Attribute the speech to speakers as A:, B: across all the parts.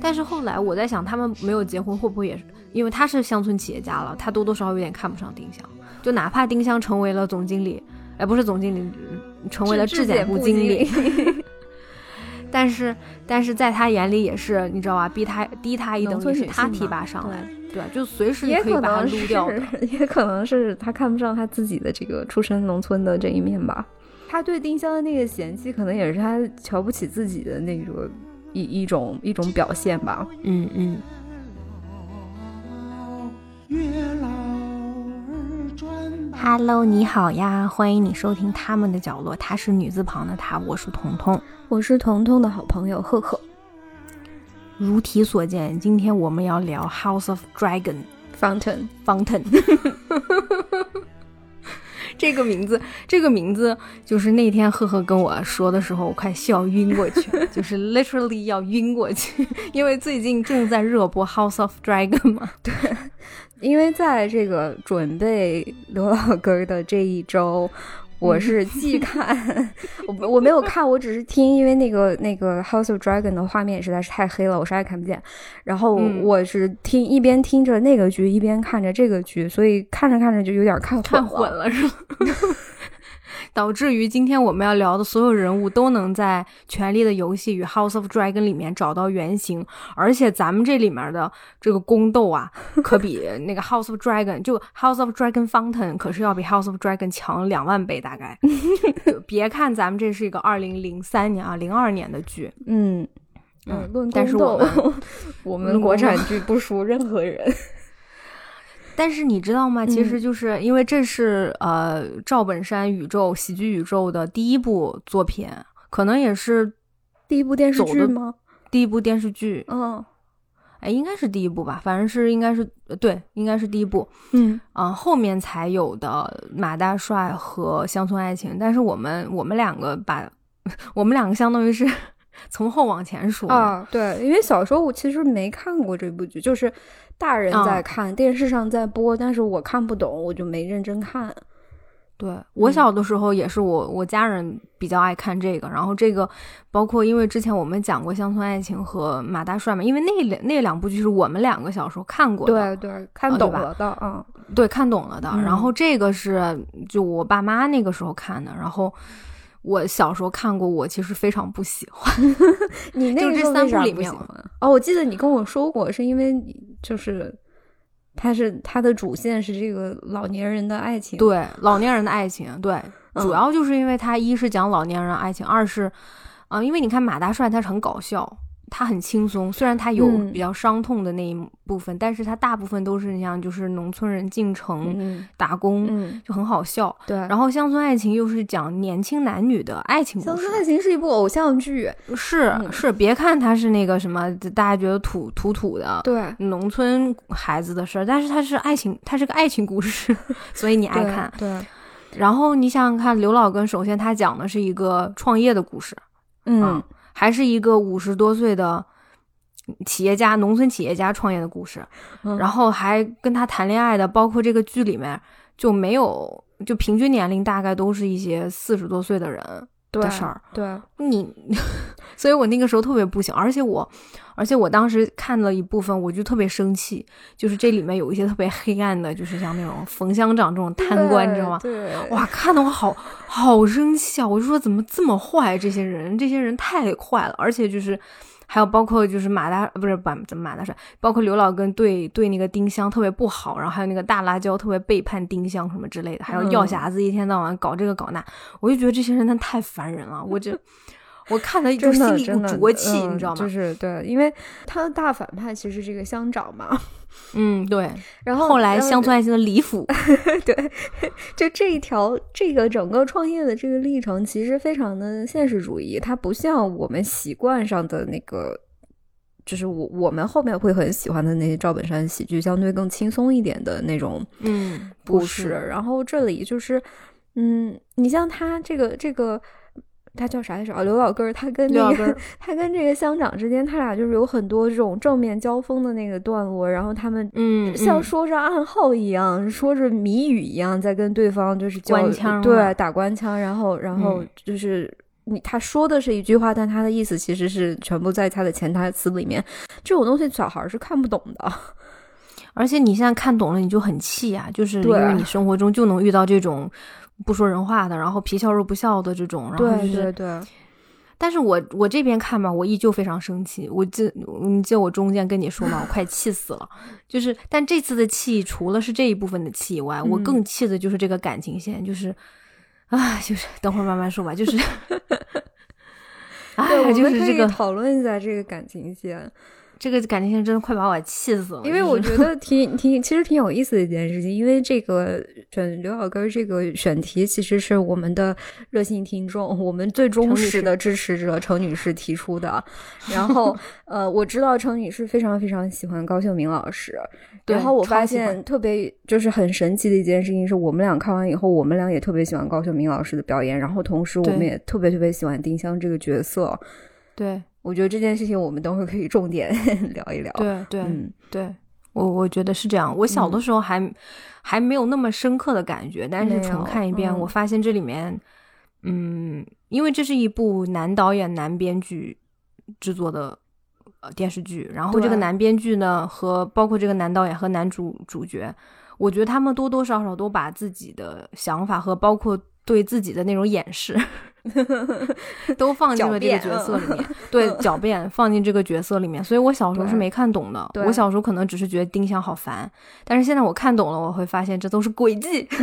A: 但是后来我在想，他们没有结婚会不会也是因为他是乡村企业家了，他多多少少有点看不上丁香。就哪怕丁香成为了总经理，哎、不是总经理，成为了
B: 质
A: 质
B: 检
A: 检
B: 部
A: 部
B: 经
A: 经
B: 理
A: 理，但是但是在他眼里也是，你知道吧？逼他低他一
B: 农
A: 等，
B: 村
A: 也是
B: 女
A: 他
B: 性
A: 提
B: 嘛
A: 拔上来的
B: 对，
A: 对吧？就随时
B: 也
A: 可以
B: 可
A: 把他
B: 能
A: 撸掉的。
B: 是，也可能是他看不上他自己的这个出身农村的这一面吧。他对丁香的那个嫌弃，可能也是他瞧不起自己的那个一一种一种表现吧。
A: 嗯嗯，
C: 月老儿转吧。
A: Hello，你好呀，欢迎你收听他们的角落，她是女字旁的她，我是彤彤。
B: 我是彤彤的好朋友赫赫，
A: 如题所见，今天我们要聊《House of Dragon
B: Fountain，》
A: Fountain。这个名字，这个名字就是那天赫赫跟我说的时候，我快笑晕过去了，就是 literally 要晕过去，因为最近正在热播《House of Dragon》嘛。
B: 因为在这个准备刘老根儿的这一周。我是既看，我我没有看，我只是听，因为那个那个 House of Dragon 的画面实在是太黑了，我啥也看不见。然后
A: 嗯
B: 我是听一边听着那个剧，一边看着这个剧，所以看着看着就有点看
A: 看
B: 混
A: 混了是吗？导致于今天我们要聊的所有人物都能在《权力的游戏》与《House of Dragon》里面找到原型，而且咱们这里面的这个宫斗 啊，可比那个《House of Dragon》就《House of Dragon Fountain》可是要比《House of Dragon》强两万倍大 概。就别看咱们这是一个二零零三年啊零二年的剧，
B: 嗯
A: 嗯
B: 嗯，论
A: 但是
B: 宫斗
A: 我们
B: 我
A: 论
B: 们
A: 宫
B: 国产
A: 斗
B: 剧不输任何人。
A: 但是你知道吗？
B: 嗯
A: 其实就是因为这是、呃赵本山宇宙喜剧宇宙的第一部作品，可能也是
B: 第一部电视
A: 走
B: 剧
A: 得
B: 吗？
A: 第一部电视剧，
B: 嗯
A: 哎，应该是第一部吧，反正是应该是呃对，应该是第一部
B: 嗯，
A: 啊、后面才有的马大帅和乡村爱情。但是我们我们两个把 我们两个相当于是 从后往前数嘛
B: 啊，对，因为小时候我其实没看过这部剧，就是大人在
A: 啊
B: 看，电视上在播，但是我看不懂，我就没认真看。
A: 对我
B: 嗯
A: 小的时候也是我，我家人比较爱看这个，然后这个包括因为之前我们讲过《乡村爱情》和《马大帅》嘛，因为那两那两部剧是我们两个小时候看过的，
B: 对对，看
A: 啊对
B: 懂
A: 吧
B: 了的啊。
A: 对看懂了的。
B: 嗯
A: 然后这个是就我爸妈那个时候看的，然后我小时候看过，我其实非常不喜欢。
B: 你那
A: 就
B: 个
A: 这
B: 时候
A: 三
B: 为啥
A: 部里
B: 不
A: 面
B: 喜
A: 嘛
B: 欢？哦，我记得你跟我说过，是因为你就是它是它的主线是这个老年人的爱情。，
A: 对老年人的爱情，对，
B: 嗯
A: 主要就是因为他一是讲老年人的爱情，二是，啊、因为你看马大帅他是很搞笑，他很轻松，虽然他有
B: 嗯
A: 比较伤痛的那一部分，但是他大部分都是你像就是农村人进城
B: 嗯
A: 打工，
B: 嗯，
A: 就很好笑。
B: 对。然
A: 然后乡村爱情又是讲年轻男女的爱情
B: 《乡
A: 故事
B: 村，爱情》是一部偶像剧，
A: 是、
B: 嗯
A: 是，别看他是那个什么，大家觉得土土土的。
B: 对，
A: 农村孩子的事儿，但是它是爱情，它是个爱情故事， 所以你爱
B: 对
A: 看。
B: 对，
A: 然后你想想看，刘老根首先他讲的是一个创业的故事，
B: 嗯
A: 啊，还是一个五十多岁的企业家、农村企业家创业的故事，
B: 嗯
A: 然后还跟他谈恋爱的，包括这个剧里面就没有，就平均年龄大概都是一些四十多岁的人
B: 对
A: 的事儿。
B: 对，
A: 你， 所以我那个时候特别不行，而且我，而且我当时看了一部分，我就特别生气，就是这里面有一些特别黑暗的，就是像那种冯乡长这种贪官，你知道吗？
B: 对， 对
A: 哇，看得我好好生气啊！我就说怎么这么坏，这些人，这些人太坏了，而且就是。还有包括就是马大不是马怎么马大帅，包括刘老根对对那个丁香特别不好，然后还有那个大辣椒特别背叛丁香什么之类的，还有
B: 嗯
A: 药匣子一天到晚搞这个搞那，我就觉得这些人他太烦人了，我这我看 的就
B: 真
A: 心
B: 的
A: 里一
B: 真
A: 股
B: 的
A: 浊气，
B: 嗯
A: 你知道吗？
B: 就是对，因为他的大反派其实是这个乡长嘛，
A: 嗯，对。
B: 然后
A: 后来
B: 然后
A: 乡村爱情的李 府，
B: 就这一条这个整个创业的这个历程，其实非常的现实主义，它不像我们习惯上的那个。就是我我们后面会很喜欢的那些赵本山喜剧，相对更轻松一点的那种
A: 嗯，不
B: 故事。
A: 是，
B: 然后这里就是，嗯，你像他这个这个，他叫啥来着？啊，刘老根儿，他跟
A: 刘
B: 那
A: 老
B: 个
A: 根 儿
B: 他跟这个乡长之间，他俩就是有很多这种正面交锋的那个段落，然后他们
A: 嗯，
B: 像
A: 嗯
B: 说着暗号一样，说着谜语一样，在跟对方就是交
A: 官腔
B: 对
A: 嘛
B: 打官腔，然后然后
A: 嗯
B: 就是你他说的是一句话，但他的意思其实是全部在他的潜台词里面。这种东西小孩儿是看不懂的。
A: 而且你现在看懂了，你就很气啊，就是因
B: 对
A: 为你生活中就能遇到这种不说人话的，然后皮笑肉不笑的这种，然后就是哎
B: 对，
A: 但是我我这边看吧，我依旧非常生气。我记你记得我中间跟你说嘛，我快气死了。就是，但这次的气除了是这一部分的气以外，我
B: 嗯
A: 更气的就是这个感情线，就是，啊，就是等会儿慢慢说吧， 就是，哎
B: 对，，我
A: 就
B: 们
A: 是
B: 可
A: 这
B: 以
A: 个
B: 讨论一下这个感情线，
A: 这个感情线真的快把我气死了，
B: 因为
A: 啊就是
B: 我觉得挺挺其实挺有意思的一件事情，因为这个选刘老根儿这个选题其实是我们的热心听众，我们最忠实的支持者程女士提 出的。然后呃，我知道程女士非常非常喜欢高秀敏老师，
A: 对
B: 然后我
A: 超
B: 发
A: 喜欢
B: 现特别就是很神奇的一件事情是，我们俩看完以后，我们俩也特别喜欢高秀敏老师的表演，然后同时我
A: 对
B: 们也特别特别喜欢丁香这个角色。
A: 对
B: 我觉得这件事情我们等会儿可以重点 聊一聊。，
A: 对对、
B: 嗯，
A: 对。我我觉得是这样，我小的时候还、还没有那么深刻的感觉，但是
B: 没
A: 重
B: 有
A: 看一遍，
B: 嗯
A: 我发现这里面，嗯，因为这是一部男导演、男编剧制作的呃电视剧，然后这个
B: 对
A: 男编剧呢和包括这个男导演和男主主角，我觉得他们多多少少都把自己的想法和包括对自己的那种掩 饰，都放进了这个
B: 狡辩
A: 角色里面，
B: 嗯
A: 对狡辩放进这个角色里面，所以我小时候是
B: 对
A: 没看懂的。
B: 对
A: 我小时候可能只是觉得丁香好烦，但是现在我看懂了，我会发现这都是诡计，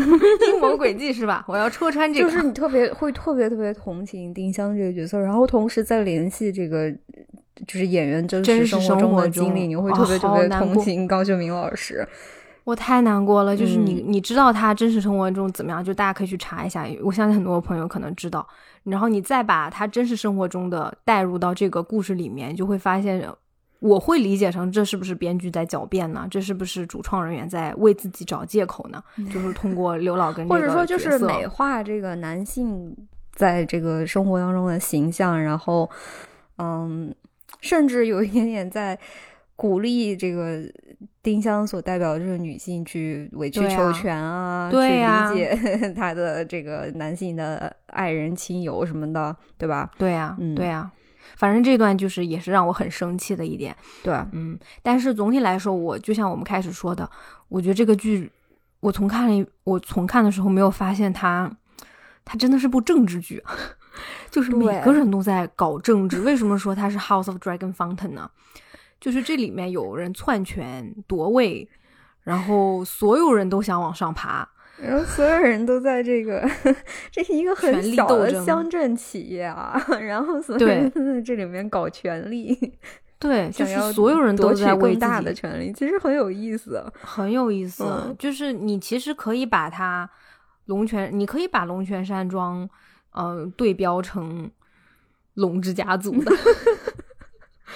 A: 阴谋诡计是吧？我要戳穿这
B: 就
A: 个，
B: 是你特别会特别特别同情丁香这个角色，然后同时再联系这个就是演员真
A: 真实
B: 实生活
A: 生
B: 中
A: 活
B: 的经历，
A: 中
B: 你会
A: 哦
B: 特别特
A: 好
B: 别
A: 难
B: 同
A: 过
B: 情高秀敏老师。
A: 我太难过了。就是你，
B: 嗯
A: 你知道他真实生活中怎么样，就大家可以去查一下。我相信很多朋友可能知道，然后你再把他真实生活中的带入到这个故事里面，就会发现。我会理解成这是不是编剧在狡辩呢？这是不是主创人员在为自己找借口呢？就是通过刘老根这
B: 嗯或
A: 个
B: 者说就是
A: 角色
B: 美化这个男性在这个生活当中的形象，然后嗯，甚至有一点点在鼓励这个丁香所代表的这个女性去委曲
A: 对啊
B: 求全啊，
A: 对啊
B: 去理解 她的这个男性的爱人亲友什么的，对吧？
A: 对呀、
B: 嗯
A: 对呀、啊反正这段就是也是让我很生气的一点，
B: 对，
A: 嗯，但是总体来说，我就像我们开始说的，我觉得这个剧，我从看了一，我从看的时候没有发现它，它真的是部政治剧， 就是每
B: 对
A: 个人都在搞政治。为什么说它是 House of Dragon Fountain 呢？就是这里面有人篡权夺位，然后所有人都想往上爬，
B: 然后所有人都在这个， 这是一个很
A: 权力
B: 小
A: 斗
B: 的
A: 争
B: 乡镇企业啊， 然后所有
A: 对
B: 人都在这里面搞权力。
A: 对，就
B: 想
A: 是
B: 要
A: 所有人
B: 夺
A: 都
B: 取
A: 在为
B: 更
A: 自
B: 大
A: 己
B: 的权利，其实很有意思。
A: 很有意思，
B: 嗯
A: 就是你其实可以把它龙泉，你可以把龙泉山庄，呃，对标成龙之家族 的，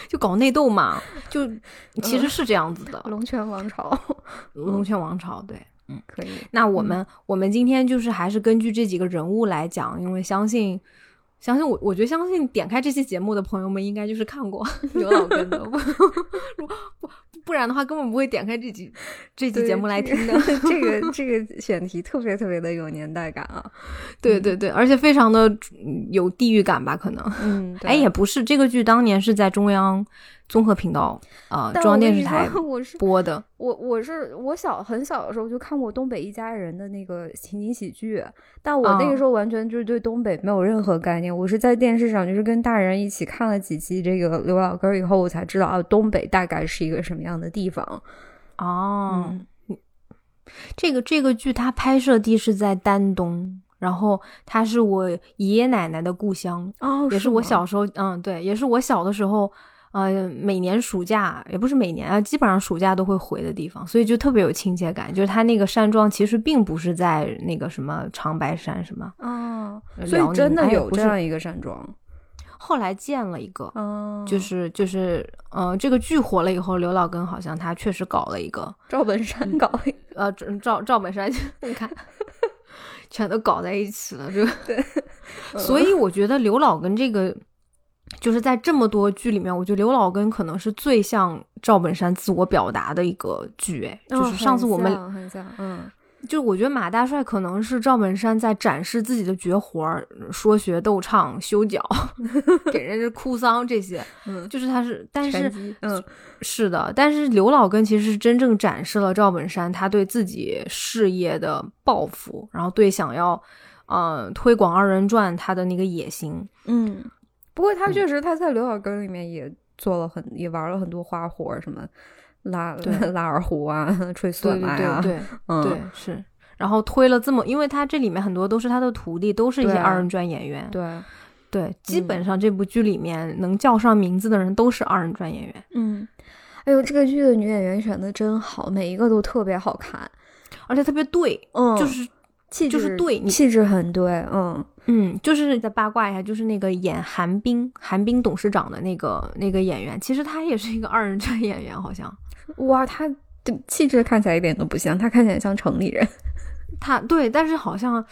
A: 就搞内斗嘛，就
B: 嗯
A: 其实是这样子的，
B: 龙泉 王朝
A: 龙泉王朝对。
B: 可以，
A: 那我们、我们今天就是还是根据这几个人物来讲，因为相信。相信我，我觉得相信点开这期节目的朋友们，应该就是看 过刘老根的，不 不不不然的话根本不会点开这集这期
B: 对
A: 节目来
B: 这
A: 听的。
B: 个这个这个 选题特别特别的有年代感 啊。
A: 对对对，而且非常的有地域感吧？可能，
B: 嗯，
A: 嗯哎，也不是，这个剧当中年是在中央综合频道啊、呃中央电视台
B: 我是
A: 播 的。
B: 我我是我小很小的时候就看过《东北一家人》的那个情景喜剧，但我那个
A: 哦
B: 时候完全就是对东北没有任何概念。我是在电视上就是跟大人一起看了几集这个刘老根儿以后，我才知道啊，东北大概是一个什么样的地方。
A: 哦，
B: 嗯
A: 这个这个剧它拍摄地是在丹东，然后它是我爷爷奶奶的故乡，
B: 哦
A: 也是我
B: 吗
A: 小时候，嗯，对，也是我小的时候。呃，每年暑假也不是每年啊，基本上暑假都会回的地方，所以就特别有亲切感。就是它那个山庄其实并不是在那个什么长白山什么，
B: 哦，
A: 呃
B: 所
A: 辽
B: 以
A: 宁
B: 真的
A: 哎
B: 有
A: 不
B: 这
A: 是
B: 样一个山庄，
A: 后来建了一个，
B: 哦，
A: 就是就是，呃，这个剧火了以后，刘老根好像他确实搞了一个，
B: 赵本山搞一个，
A: 呃，赵赵赵本山， 你看，全都搞在一起了，这个。 所以我觉得刘老根这个，就是在这么多剧里面，我觉得刘老根可能是最像赵本山自我表达的一个剧，哎，
B: 嗯
A: 就是上次我们
B: 很像，很像嗯，
A: 就我觉得马大帅可能是赵本山在展示自己的绝活儿，说学逗唱、修 脚，给人家哭丧这些，
B: 嗯，
A: 就是他是，但
B: 拳
A: 是
B: 击，嗯，
A: 是的，但是刘老根其实是真正展示了赵本山他对自己事业的抱负，然后对想要，呃，推广二人转他的那个野心。
B: 嗯，不过他确实他在刘老根里面也做了很，也玩了很多花活儿，什么拉
A: 对
B: 拉二胡啊，吹唢呐呀，
A: 对
B: 嗯，
A: 对是。然后推了这么，因为他这里面很多都是他的徒弟，都是一些
B: 对
A: 二人转演员。
B: 对，
A: 对，基
B: 嗯
A: 本上这部剧里面能叫上名字的人都是二人转演员。
B: 嗯，哎呦，这个剧的女演员选的真好，每一个都特别好看，
A: 而且特别对，
B: 嗯，
A: 就是
B: 气质
A: 就是对你
B: 气质很对，嗯
A: 嗯，就是再八卦一下，就是那个演韩冰，韩冰董事长的那个那个演员，其实他也是一个二人转演员，好像
B: 哇，她的气质看起来一点都不像，她看起来像城里人。
A: 他对，但是好像。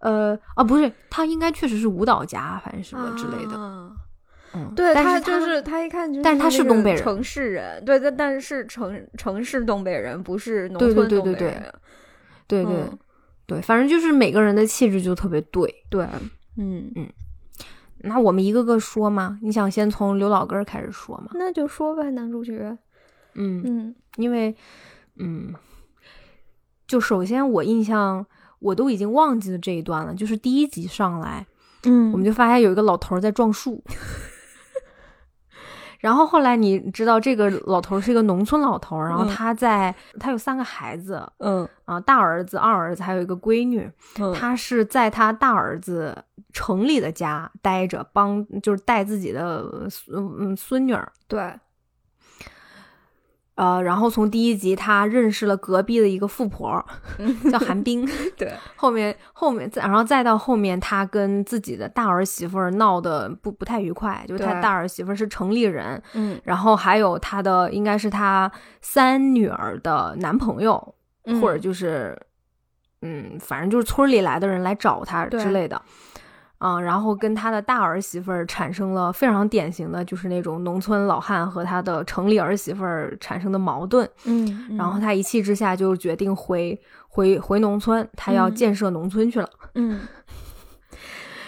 A: 呃啊，不是，他应该确实是舞蹈家，反正什么之类的。
B: 的，
A: 嗯，
B: 啊 对
A: 但
B: 她
A: 是
B: 就是她一看就是，
A: 但是她是东北人
B: 城市人，对，但但是城城市东北人，不是农
A: 对对
B: 村
A: 对
B: 东北
A: 对对
B: 人，
A: 对对、
B: 嗯
A: 对，反正就是每个人的气质就特别对。
B: 对，嗯，
A: 那我们一个个说吗？你想先从刘老根儿开始说吗？
B: 那就说吧，男主角，
A: 嗯，
B: 嗯
A: 因为，嗯，就首先我印象我都已经忘记了这一段了，就是第一集上来，
B: 嗯
A: 我们就发现有一个老头儿在撞树， 然后后来你知道这个老头儿是一个农村老头儿，然后
B: 嗯
A: 他在、他有三个孩子
B: 嗯
A: 啊，大儿子、二儿子还有一个闺女，
B: 嗯
A: 他是在他大儿子城里的家待着，帮就是带自己的孙嗯孙女儿。
B: 对，
A: 呃，然后从第一集他认识了隔壁的一个富婆，
B: 嗯
A: 叫韩 冰。
B: 对，
A: 后面后面再然后再到后面，他跟自己的大儿媳妇儿闹得不不太愉快，就是他
B: 对
A: 大儿媳妇儿是城里人，
B: 嗯
A: 然后还有他的应该是他三女儿的男朋友，或者就是嗯，反正就是村里来的人来找他
B: 对
A: 之类的。啊、然后跟他的大儿媳妇儿产生了非常典型的，就是那种农村老汉和他的城里儿媳妇儿产生的矛盾。
B: 嗯，
A: 然后他一气之下就决定回回回农村，他要
B: 嗯
A: 建设农村去了。
B: 嗯，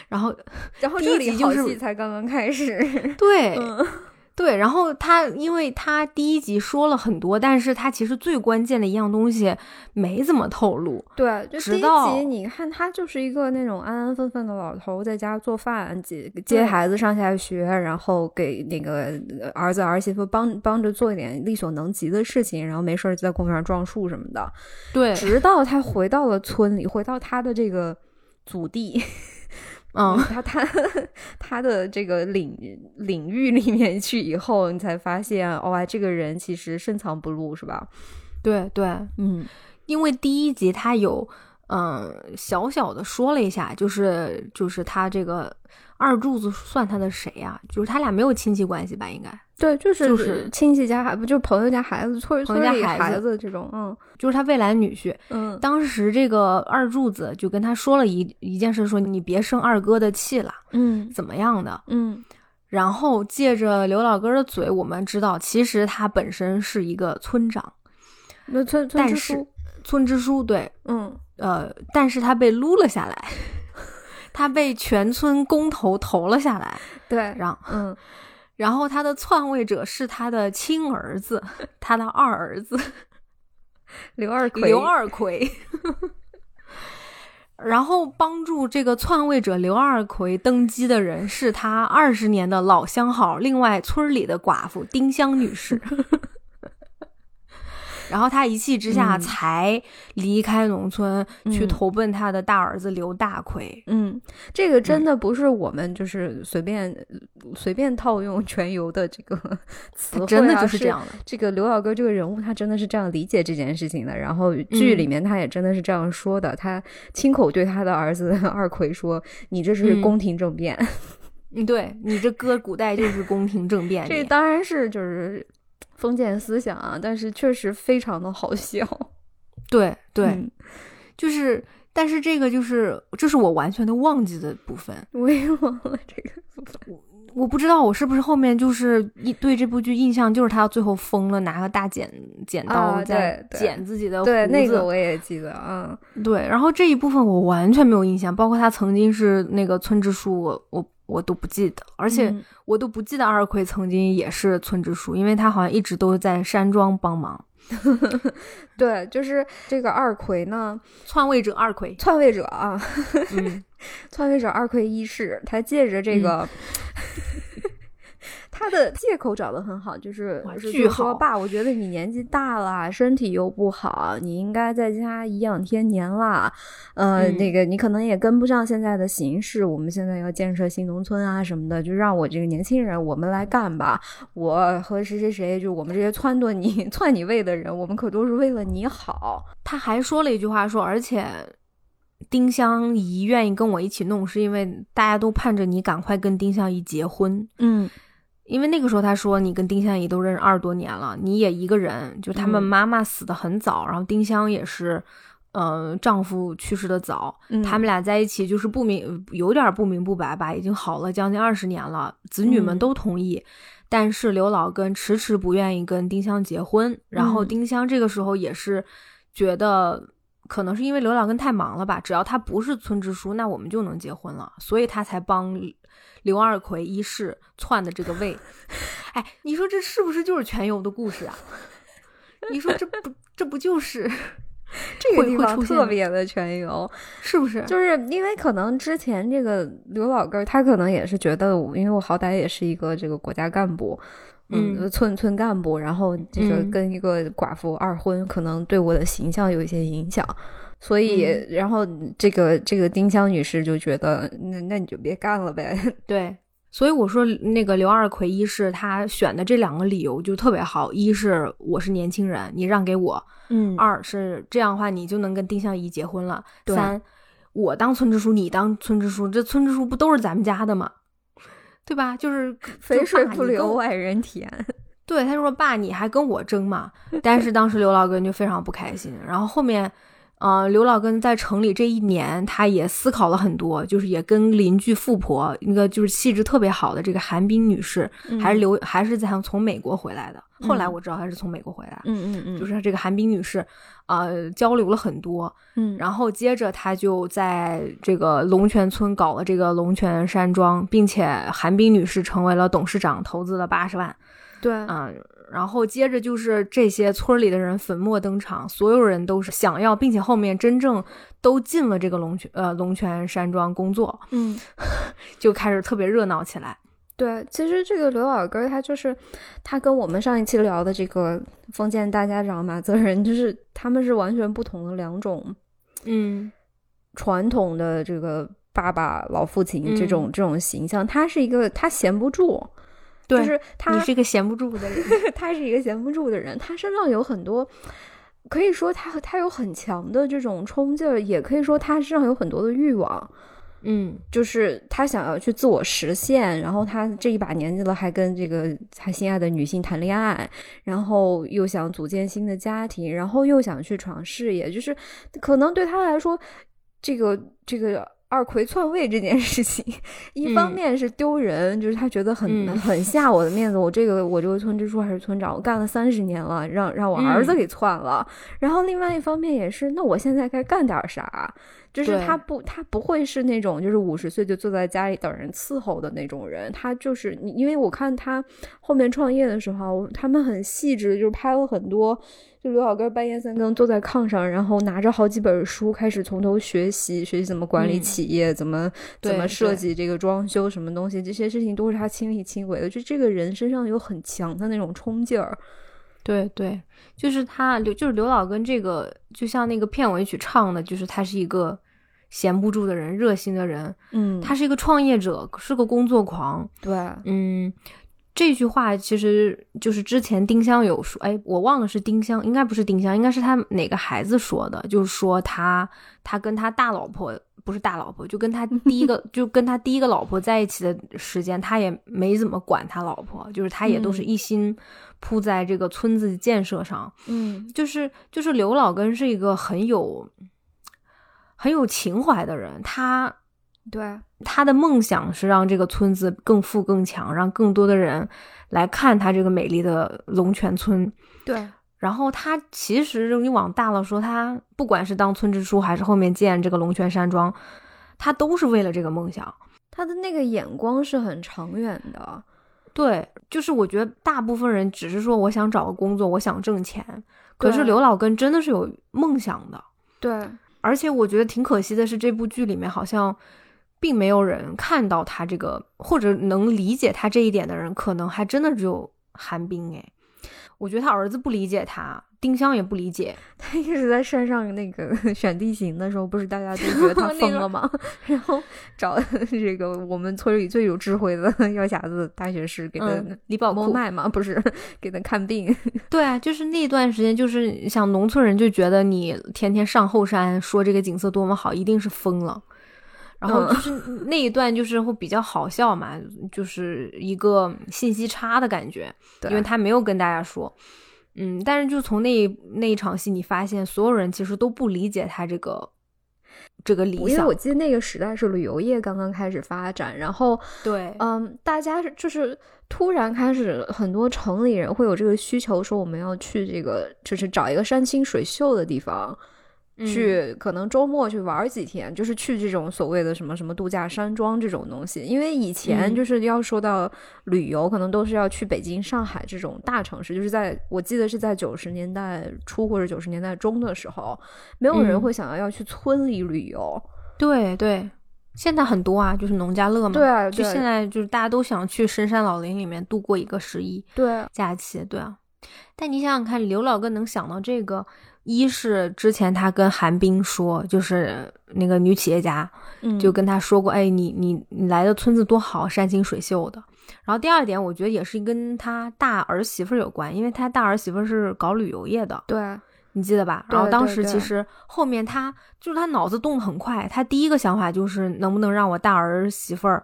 A: 然 后
B: 然后
A: 第一
B: 这里
A: 集就
B: 好
A: 是
B: 戏才刚刚开始，
A: 对、
B: 嗯
A: 对，然后他因为他第一集说了很多，但是他其实最关键的一样东西没怎么透露。
B: 对，就
A: 直
B: 第一
A: 到
B: 集你看他就是一个那种安安分分的老头，在家做饭，接接
A: 对
B: 孩子上下学，然后给那个呃儿子儿媳妇帮帮着做一点力所能及的事情，然后没事儿就在公园撞树什么的。
A: 对，
B: 直到他回到了村里，回到他的这个祖地，
A: 嗯，
B: 他他他的这个领领域里面去以后，你才发现，哇，这个人其实深藏不露，是吧？
A: 对对，
B: 嗯
A: 因为第一集他有嗯小小的说了一下，就是就是他这个二柱子算他的谁呀、就是他俩没有亲戚关系吧？应该
B: 对，就是
A: 就是
B: 亲戚家孩不就朋友家孩子，村
A: 朋友家
B: 村里
A: 孩
B: 孩
A: 子
B: 子这种，嗯
A: 就是他未来女婿。
B: 嗯，
A: 当时这个二柱子就跟他说了一一件事，说你别生二哥的气了，
B: 嗯
A: 怎么样的。
B: 嗯
A: 然后借着刘老根儿的嘴，我们知道其实他本身是一个村长，
B: 那村村
A: 但
B: 支
A: 是
B: 书，
A: 村支书对，
B: 嗯
A: 呃，但是他被撸了下来， 他被全村公投投了下来，
B: 对，
A: 让
B: 嗯
A: 然后他的篡位者是他的亲儿子，他的二儿子
B: 刘二奎，
A: 刘，二奎。 然后帮助这个篡位者刘二奎登基的人是他二十年的老相好，另外村里的寡妇丁香女士。 然后他一气之下
B: 嗯
A: 才离开农村，去
B: 嗯
A: 投奔他的大儿子刘大奎。
B: 嗯，这个真的不是我们就是随便、呃随便套用全游的这个 词汇、啊，
A: 真的就是
B: 是
A: 这样。的，
B: 这个刘老根这个人物，他真的是这样理解这件事情的。然后剧
A: 嗯
B: 里面他也真的是这样说的，他亲口对他的儿子 二奎说：“你这是
A: 嗯
B: 宫廷政变。
A: 嗯，对你这搁古代就是宫廷政变里，
B: 这当然是就是封建思想啊，但是确实非常的好笑。
A: 对对，
B: 嗯
A: 就是但是这个就是这是我完全都忘记的部分，
B: 我也忘了这个部分。
A: 我不知道我是不是后面就是一对这部剧印象就是他最后疯了，拿个大剪剪刀
B: 啊
A: 在
B: 对对
A: 剪自己的胡子，
B: 对，那个我也记得啊。
A: 对，然后这一部分我完全没有印象，包括他曾经是那个村支书，我我我都不记得，而
B: 而
A: 且我都不记得二奎曾经也是村支书，因为他好像一直都在山庄帮忙。
B: 对，就是这个二奎呢，，
A: 篡位者二奎
B: 篡位者啊，
A: 嗯，
B: 篡位者二奎一世，他借着这个。
A: 嗯
B: 他的借口找的很好，就是
A: 哇
B: 是
A: 巨
B: 就说
A: 好
B: 爸，我觉得你年纪大了，啊身体又不好，你应该在家颐养天年啦。呃，
A: 嗯
B: 那个你可能也跟不上现在的形势，我们现在要建设新农村啊什么的，就让我这个年轻人我们来干吧。我和谁谁谁，就我们这些撺掇你、 篡你位的人，我们可都是为了你好。
A: 他还说了一句话说，而且丁香姨愿意跟我一起弄，是因为大家都盼着你赶快跟丁香姨结婚。
B: 嗯，
A: 因为那个时候他说你跟丁香姨都认识二十多年了，你也一个人，就他们
B: 嗯
A: 妈妈死的很早，然后丁香也是，呃，丈夫去世的早，
B: 嗯
A: 他们俩在一起就是不明，有点不明不白吧，已经好了将近二十年了，子女们
B: 嗯
A: 都同意，但是刘老根迟迟不愿意跟丁香结婚，然后
B: 嗯
A: 丁香这个时候也是觉得。可能是因为刘老根太忙了吧，只要他不是村支书，那我们就能结婚了，所以他才帮刘二奎一世篡的这个 位。哎，你说这是不是就是全游的故事啊？你说这不这不就是
B: 这个
A: 会
B: 地
A: 会
B: 方
A: 出现
B: 特别的全游，
A: 是不是？
B: 就是因为可能之前这个刘老根儿，他可能也是觉得我，因为我好歹也是一个这个国家干部，
A: 嗯
B: 村村干部，然后这个
A: 嗯
B: 跟一个寡妇二婚，可能对我的形象有一些影响。所以，
A: 嗯
B: 然后这个这个丁香女士就觉得，那那你就别干了呗。
A: 对，所以我说那个刘二奎，一是他选的这两个理由就特别好，一是我是年轻人，你让给我；
B: 嗯
A: 二是这样的话你就能跟丁香姨结婚了；
B: 对
A: 三，我当村支书，你当村支书，这村支书不都是咱们家的吗？对吧？就是
B: 肥
A: 就
B: 水
A: 爸
B: 不
A: 你跟
B: 流
A: 我
B: 外人田。
A: 对，他就说：“爸，你还跟我争嘛？”但是当时刘老根就非常不开心。然后后面，呃，刘老根在城里这一年，他也思考了很多，就是也跟邻居富婆，一个就是气质特别好的这个韩冰女士，还是留还是在从美国回来的。后来
B: 嗯
A: 我知道她是从美国回来，
B: 嗯嗯嗯，
A: 就是这个韩冰女士，呃，交流了很多。
B: 嗯，
A: 然后接着他就在这个龙泉村搞了这个龙泉山庄，并且韩冰女士成为了董事长，投资了八十万。
B: 对，
A: 嗯，然后接着就是这些村里的人粉墨登场，所有人都是想要，并且后面真正都进了这个龙泉呃龙泉山庄工作，
B: 嗯，
A: 就开始特别热闹起来。
B: 对，其实这个刘老根儿他就是他跟我们上一期聊的这个封建大家长马泽仁，就是他们是完全不同的两种
A: 嗯
B: 传统的这个爸爸老父亲这种、
A: 嗯
B: 这种形象。他是一个他闲不住，
A: 对，
B: 就是他
A: 你是一个闲不住的人。
B: 他是一个闲不住的人，他身上有很多，可以说他他有很强的这种冲劲儿，也可以说他身上有很多的欲望。
A: 嗯，
B: 就是他想要去自我实现，然后他这一把年纪了，还跟这个他心爱的女性谈恋爱，然后又想组建新的家庭，然后又想去闯事业，就是可能对他来说，这个这个二奎篡位这件事情，一方
A: 嗯
B: 面是丢人，就是他觉得很、
A: 嗯
B: 很下我的面子，我这个我这个村支书还是村长，我干了三十年了，让让我儿子
A: 嗯
B: 给篡了，然后另外一方面也是，那我现在该干点啥？就是
A: 对
B: 他不，他不会是那种就是五十岁就坐在家里等人伺候的那种人，他就是你，因为我看他后面创业的时候，他们很细致，就是拍了很多，就刘老根半夜三更坐在炕上，然后拿着好几本书开始从头学习，学习怎么管理
A: 嗯
B: 企业，怎么怎
A: 对
B: 么设
A: 对
B: 计这个装修什么东西，这些事情都是他亲力亲为的，就这个人身上有很强的那种冲劲儿，
A: 对对，就是他刘就是刘老根这个，就像那个片尾曲唱的，就是他是一个闲不住的人，热心的人，
B: 嗯
A: 他是一个创业者，是个工作狂。
B: 对，
A: 嗯，这句话其实就是之前丁香有说，哎，我忘了是丁香，应该不是丁香，应该是他哪个孩子说的，就是说他他跟他大老婆不是大老婆，就跟他第一个就跟他第一个老婆在一起的时间，他也没怎么管他老婆，就是他也都是
B: 嗯
A: 一心扑在这个村子建设上，
B: 嗯
A: 就是就是刘老根是一个很有很有情怀的人，他
B: 对，
A: 他的梦想是让这个村子更富更强，让更多的人来看他这个美丽的龙泉村。
B: 对，
A: 然后他其实你往大了说，他不管是当村支书，还是后面建这个龙泉山庄，他都是为了这个梦想。
B: 他的那个眼光是很长远的。
A: 对，就是我觉得大部分人只是说我想找个工作，我想挣钱。可是
B: 对
A: 刘老根真的是有梦想的，
B: 对，
A: 而且我觉得挺可惜的是，这部剧里面好像并没有人看到他这个，或者能理解他这一点的人，可能还真的只有韩冰哎。我觉得他儿子不理解他，丁香也不理解，
B: 他一直在山上那个 选地形的时候，不是大家都觉得 他
A: 那
B: 疯
A: 个
B: 了吗？然后找这个我们村里最有智慧的 药匣子大学士给他
A: 嗯，李宝
B: 摸
A: 库
B: 脉嘛，不是给他看病。
A: 对啊，就是那段时间，就是想农村人就觉得你天天上后山说这个景色多么好，一定是疯了。然后就
B: 嗯
A: 是那一段就是会比较好笑嘛，就是一个信息差的感觉，
B: 对
A: 因为他没有跟大家说。嗯，但是就从那一那一场戏，你发现所有人其实都不理解他这个这个理
B: 因为
A: 想
B: 我，记得那个时代是旅游业刚刚开始发展，然后
A: 对，
B: 嗯，大家是就是突然开始，很多城里人会有这个需求，说我们要去这个，就是找一个山清水秀的地方，
A: 嗯
B: 去可能周末去玩儿几天，就是去这种所谓的什么什么度假山庄这种东西。因为以前
A: 嗯
B: 就是要说到旅游，可能都是要去北京、上海这种大城市，就是在我记得是在九十年代初或者九十年代中的时候，没有人
A: 嗯
B: 会想要要去村里旅游。
A: 对对。现在很多啊，就是农家乐嘛，
B: 对啊
A: 就
B: 对啊
A: 现在就是大家都想去深山老林里面度过一个十一，
B: 对，
A: 假期，对啊。但你想想看，刘老根能想到这个，一是之前他跟韩冰说，就是那个女企业家
B: 嗯，
A: 就跟他说过，哎，你你你来的村子多好，山清水秀的。然后第二点，我觉得也是跟他大儿媳妇儿有关，因为他大儿媳妇儿是搞旅游业的，
B: 对啊
A: 你记得吧？
B: 对
A: 然后当
B: 对
A: 时
B: 对
A: 其实后面他就是他脑子动得很快，他第一个想法就是能不能让我大儿媳妇儿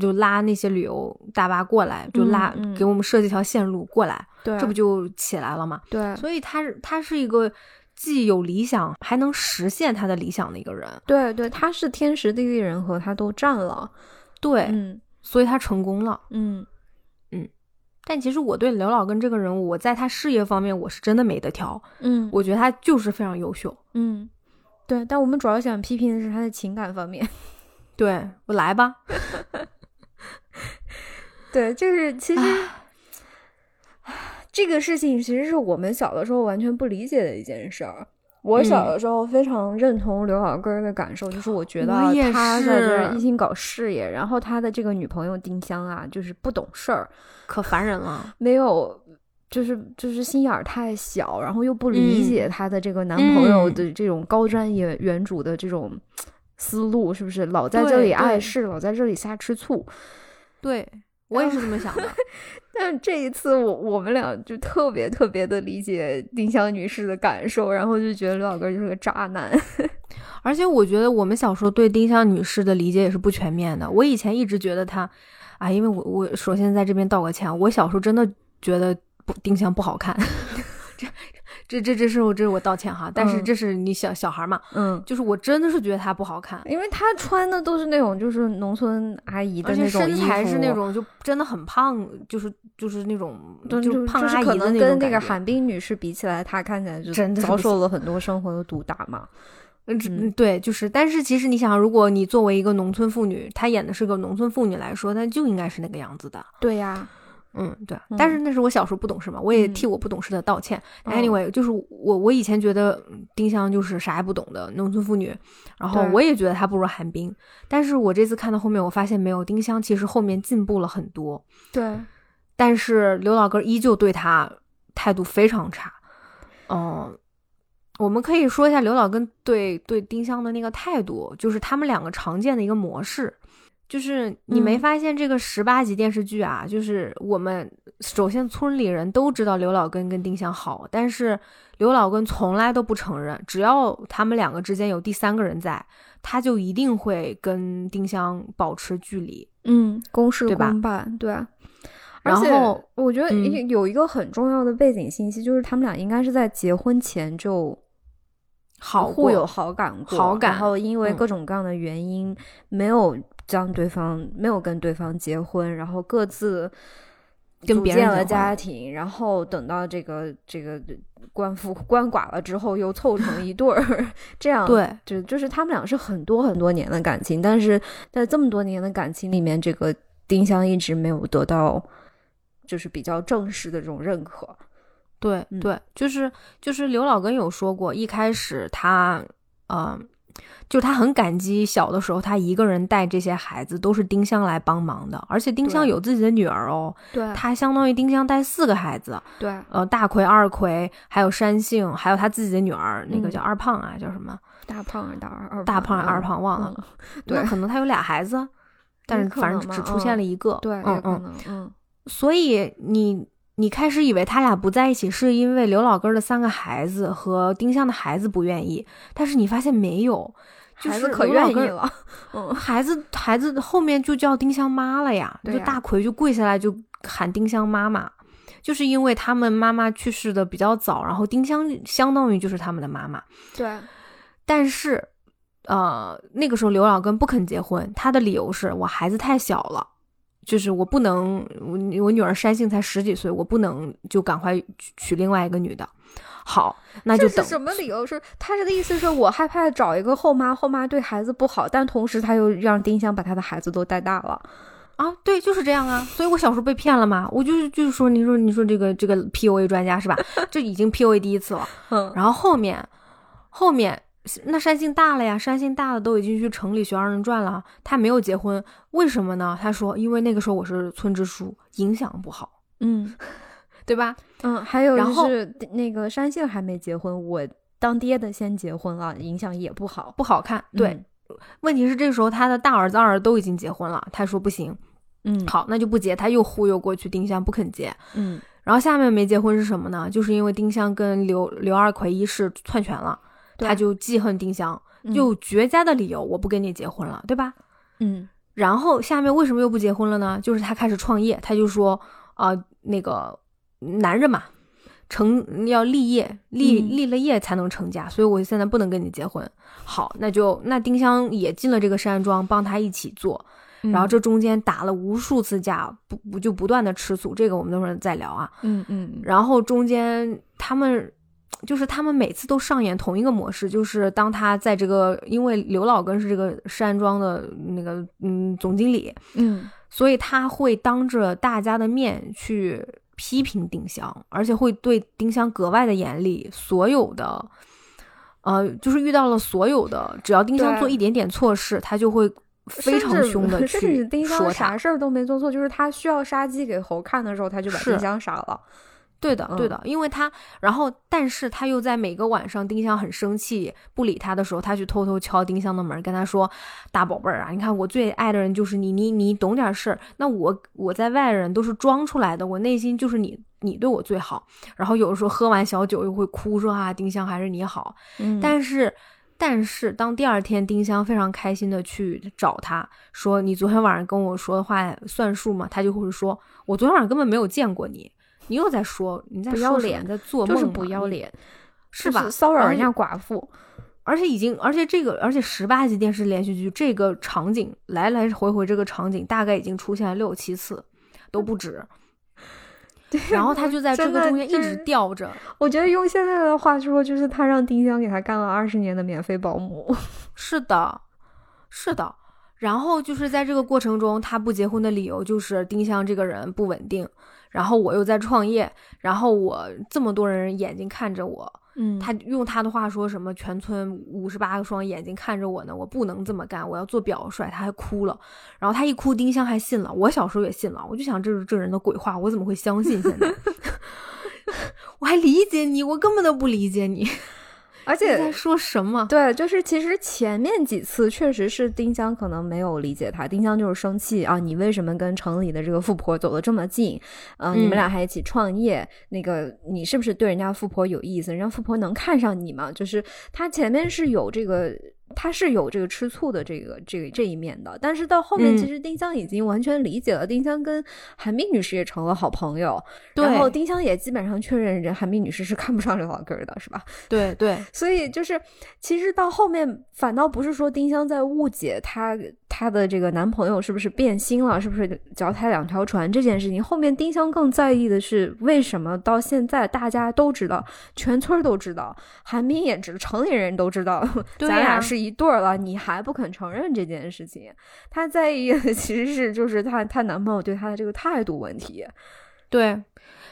A: 就拉那些旅游大巴过来，就拉、
B: 嗯嗯
A: 给我们设计条线路过来，
B: 对，啊
A: 这不就起来了吗？
B: 对。啊
A: 所以他是他是一个既有理想还能实现他的理想的一个人，
B: 对对，他是天时地利人和，他都占了。
A: 对，
B: 嗯
A: 所以他成功了。
B: 嗯，
A: 但其实我对刘老根这个人物，我在他事业方面我是真的没得挑，
B: 嗯
A: 我觉得他就是非常优秀。
B: 嗯，对。但我们主要想批评的是他的情感方面。
A: 对我来吧，
B: 对，就是其实这个事情其实是我们小的时候完全不理解的一件事儿。我小
A: 嗯
B: 的时候非常认同刘老根儿的感受，就是我觉得
A: 我也
B: 他在这儿
A: 是
B: 一心搞事业，然后他的这个女朋友丁香啊，就是不懂事儿，
A: 可烦人了。
B: 没有，就是就是心眼儿太小，然后又不理
A: 嗯
B: 解她的这个男朋友
A: 嗯
B: 的这种高瞻远远瞩的这种嘖思路，是不是老在这
A: 对
B: 里碍
A: 对
B: 事，老在这里瞎吃醋？
A: 对我也是这么想的。
B: 但这一次我，我们俩就特别特别的理解丁香女士的感受，然后就觉得刘老根就是个渣男。
A: 而且我觉得我们小时候对丁香女士的理解也是不全面的。我以前一直觉得她，啊，因为我我首先在这边道个歉，啊我小时候真的觉得不丁香不好看， 这这这这是我这是我道歉哈。但是
B: 嗯
A: 这是你小小孩嘛，
B: 嗯，
A: 就是我真的是觉得她不好看，
B: 因为她穿的都是那种就是农村阿姨的
A: 而
B: 那
A: 且
B: 种
A: 身
B: 衣
A: 材是那
B: 服。
A: 种就真的很胖，就是就是那种
B: 对
A: 是胖
B: 就是
A: 阿姨
B: 可
A: 的
B: 能
A: 那
B: 跟
A: 种
B: 那个
A: 感觉
B: 韩冰女士比起来，她看起来就
A: 真的是
B: 遭
A: 不
B: 受了很多生活的毒打嘛。
A: 嗯，只
B: 嗯
A: 嗯对，就是，但是其实你想，如果你作为一个农村妇女，她演的是个农村妇女来说，她就应该是那个样子的。
B: 对呀、
A: 嗯，对啊，但是那是我小时候不懂事嘛，我也
B: 嗯
A: 替我不懂事的道歉。
B: 嗯
A: anyway，就是我我以前觉得嗯丁香就是啥也不懂的农村妇女，然后
B: 对
A: 我也觉得她不如韩冰，但是我这次看到后面，我发现没有，丁香其实后面进步了很多，
B: 对，
A: 但是刘老根依旧对她态度非常差。嗯、我们可以说一下刘老根对对丁香的那个态度，就是他们两个常见的一个模式。就是你没
B: 嗯
A: 发现这个十八集电视剧啊，就是我们首先村里人都知道刘老根跟丁香好，但是刘老根从来都不承认，只要他们两个之间有第三个人在，他就一定会跟丁香保持距离。
B: 嗯，公事
A: 对吧
B: 公办，对。啊而
A: 然
B: 且
A: 后
B: 我觉得
A: 嗯
B: 一有一个很重要的背景信息，就是他们俩应该是在结婚前就
A: 好
B: 互
A: 过
B: 有好感过，
A: 好感
B: 然后因为
A: 嗯
B: 各种各样的原因、没有将对方没有跟对方结婚，然后各自
A: 跟
B: 组
A: 别人
B: 建
A: 结
B: 了
A: 婚
B: 家庭，然后等到这个这个官夫官寡了之后，又凑成一对儿， 这样
A: 对，
B: 就就是他们俩是很多很多年的感情，但是在这么多年的感情里面，这个丁香一直没有得到就是比较正式的这种认可。
A: 对
B: 嗯
A: 对，就是就是刘老根有说过，一开始他，呃，就他很感激小的时候他一个人带这些孩子都是丁香来帮忙的，而且丁香
B: 对
A: 有自己的女儿哦，
B: 对
A: 他相当于丁香带四个孩子，
B: 对，
A: 呃，大奎、二奎，还有山杏，还有他自己的女儿，那个
B: 嗯
A: 叫二胖啊，叫什么
B: 大胖儿大二二
A: 大胖还是二
B: 嗯
A: 胖忘了，那
B: 对
A: 可能他有俩孩子，但
B: 有
A: 是
B: 可
A: 反
B: 能
A: 正
B: 吧
A: 只出现
B: 嗯
A: 了一个，
B: 对，
A: 嗯
B: 有可
A: 嗯，
B: 能，嗯，
A: 所以你你开始以为他俩不在一起，是因为刘老根儿的三个孩子和丁香的孩子不愿意，但是你发现没有，就
B: 孩
A: 是
B: 子可
A: 刘老
B: 愿意
A: 根儿。
B: 了， 嗯，
A: 孩子，孩子后面就叫丁香妈了呀，
B: 对
A: 就
B: 呀
A: 大奎就跪下来就喊丁香妈妈，就是因为他们妈妈去世的比较早，然后丁香相当于就是他们的妈妈，
B: 对，
A: 但是，呃，那个时候刘老根不肯结婚，他的理由是我孩子太小了，就是我不能，我我女儿山杏才十几岁，我不能就赶快娶娶另外一个女的。好，那就
B: 这是
A: 等。
B: 什么理由？是他这个意思是我害怕找一个后妈，后妈对孩子不好，但同时他又让丁香把他的孩子都带大了，
A: 啊，对，就是这样啊，所以我小时候被骗了嘛，我就就是说，你说你说这个这个 PUA 专家是吧？ 这已经 PUA 第一次了，
B: 嗯，
A: 然后后面后面那山杏大了呀，山杏大了都已经去城里学二人转了，他没有结婚，为什么呢？他说因为那个时候我是村支书，影响不好，
B: 嗯
A: 对吧？
B: 嗯，还有
A: 然
B: 就
A: 后
B: 是那个山杏还没结婚，我当爹的先结婚了，影响也不好，
A: 不好看。对，
B: 嗯
A: 问题是这时候他的大儿子、二儿子都已经结婚了，他说不行，
B: 嗯，
A: 好，那就不结。他又忽悠过去丁香不肯结，
B: 嗯，
A: 然后下面没结婚是什么呢？就是因为丁香跟刘刘二奎一世篡权了，
B: 对
A: 他就记恨丁香，
B: 嗯
A: 就绝佳的理由，我不跟你结婚了，对吧？
B: 嗯
A: 然后下面为什么又不结婚了呢？就是他开始创业，他就说啊、呃那个男人嘛，成要立业，立
B: 嗯
A: 立了业才能成家，所以我现在不能跟你结婚。好，那就那丁香也进了这个山庄，帮他一起做。
B: 嗯
A: 然后这中间打了无数次架，不不就不断的吃醋，这个我们等会儿再聊啊。
B: 嗯嗯
A: 然后中间他们就是他们每次都上演同一个模式，就是当他在这个，因为刘老根是这个山庄的那个嗯总经理，
B: 嗯
A: 所以他会当着大家的面去批评丁香，而且会对丁香格外的严厉。所有的，呃，就是遇到了所有的，只要丁香
B: 对
A: 做一点点错事，他就会非常
B: 甚至
A: 凶的
B: 甚至
A: 去
B: 丁香
A: 说他
B: 啥。事儿都没做错，就是他需要杀鸡给猴看的时候，他就把
A: 是
B: 丁香杀了。
A: 对的，
B: 嗯
A: 对的，因为他，然后，但是他又在每个晚上，丁香很生气不理他的时候，他去偷偷敲丁香的门，跟他说：“大宝贝儿啊，你看我最爱的人就是你，你你懂点事儿。那我我在外人都是装出来的，我内心就是你，你对我最好。然后有的时候喝完小酒又会哭说啊，丁香还是你好。
B: 嗯
A: 但是，但是当第二天丁香非常开心的去找他说：“你昨天晚上跟我说的话算数吗？”他就会说：“我昨天晚上根本没有见过你，你又在说你在
B: 不
A: 说
B: 要
A: 什么
B: 脸
A: 你在做
B: 就
A: 梦
B: 是
A: 吗
B: 不要，脸，
A: 是
B: 就
A: 吧？
B: 骚扰
A: 而
B: 人
A: 且
B: 家寡妇，
A: 而且已经，而且这个，而且十八集电视连续剧这个场景来来回回这个场景大概已经出现了六七次，都不 止。然后他就在这
B: 真
A: 个
B: 的
A: 中间一
B: 就
A: 直
B: 是
A: 吊着，
B: 我觉得用现在的话说，就是他让丁香给他干了二十年的免费保姆。
A: 是的，是的。然后就是在这个过程中，他不结婚的理由就是丁香这个人不稳定，然后我又在创业，然后我这么多人眼睛看着我，
B: 嗯
A: 他用他的话说什么全村五十八个双眼睛看着我呢，我不能这么干，我要做表率。他还哭了，然后他一哭，丁香还信了，我小时候也信了，我就想这是这人的鬼话，我怎么会相信？现在 我还理解你，我根本都不理解你，
B: 而
A: 你在
B: 且
A: 说什么？
B: 对，就是其实前面几次确实是丁香可能没有理解他，丁香就是生气啊，你为什么跟城里的这个富婆走得这么近？啊，你们
A: 嗯
B: 俩还一起创业，那个你是不是对人家富婆有意思？人家富婆能看上你吗？就是他前面是有这个他是有这个吃醋的这个这个这一面的，但是到后面
A: 嗯
B: 其实丁香已经完全理解了，丁香跟韩冰女士也成了好朋友，
A: 对
B: 然后丁香也基本上确认人韩冰女士是看不上刘老根儿的，是吧？
A: 对对，
B: 所以就是，其实到后面反倒不是说丁香在误解她她的这个男朋友是不是变心了，是不是脚踩两条船这件事情。后面丁香更在意的是，为什么到现在大家都知道，全村儿都知道，韩冰也知，城里人都知道，
A: 对
B: 咱俩
A: 呀
B: 是一对儿了，你还不肯承认这件事情？她在意的其实是就是她她男朋友对她的这个态度问题。
A: 对，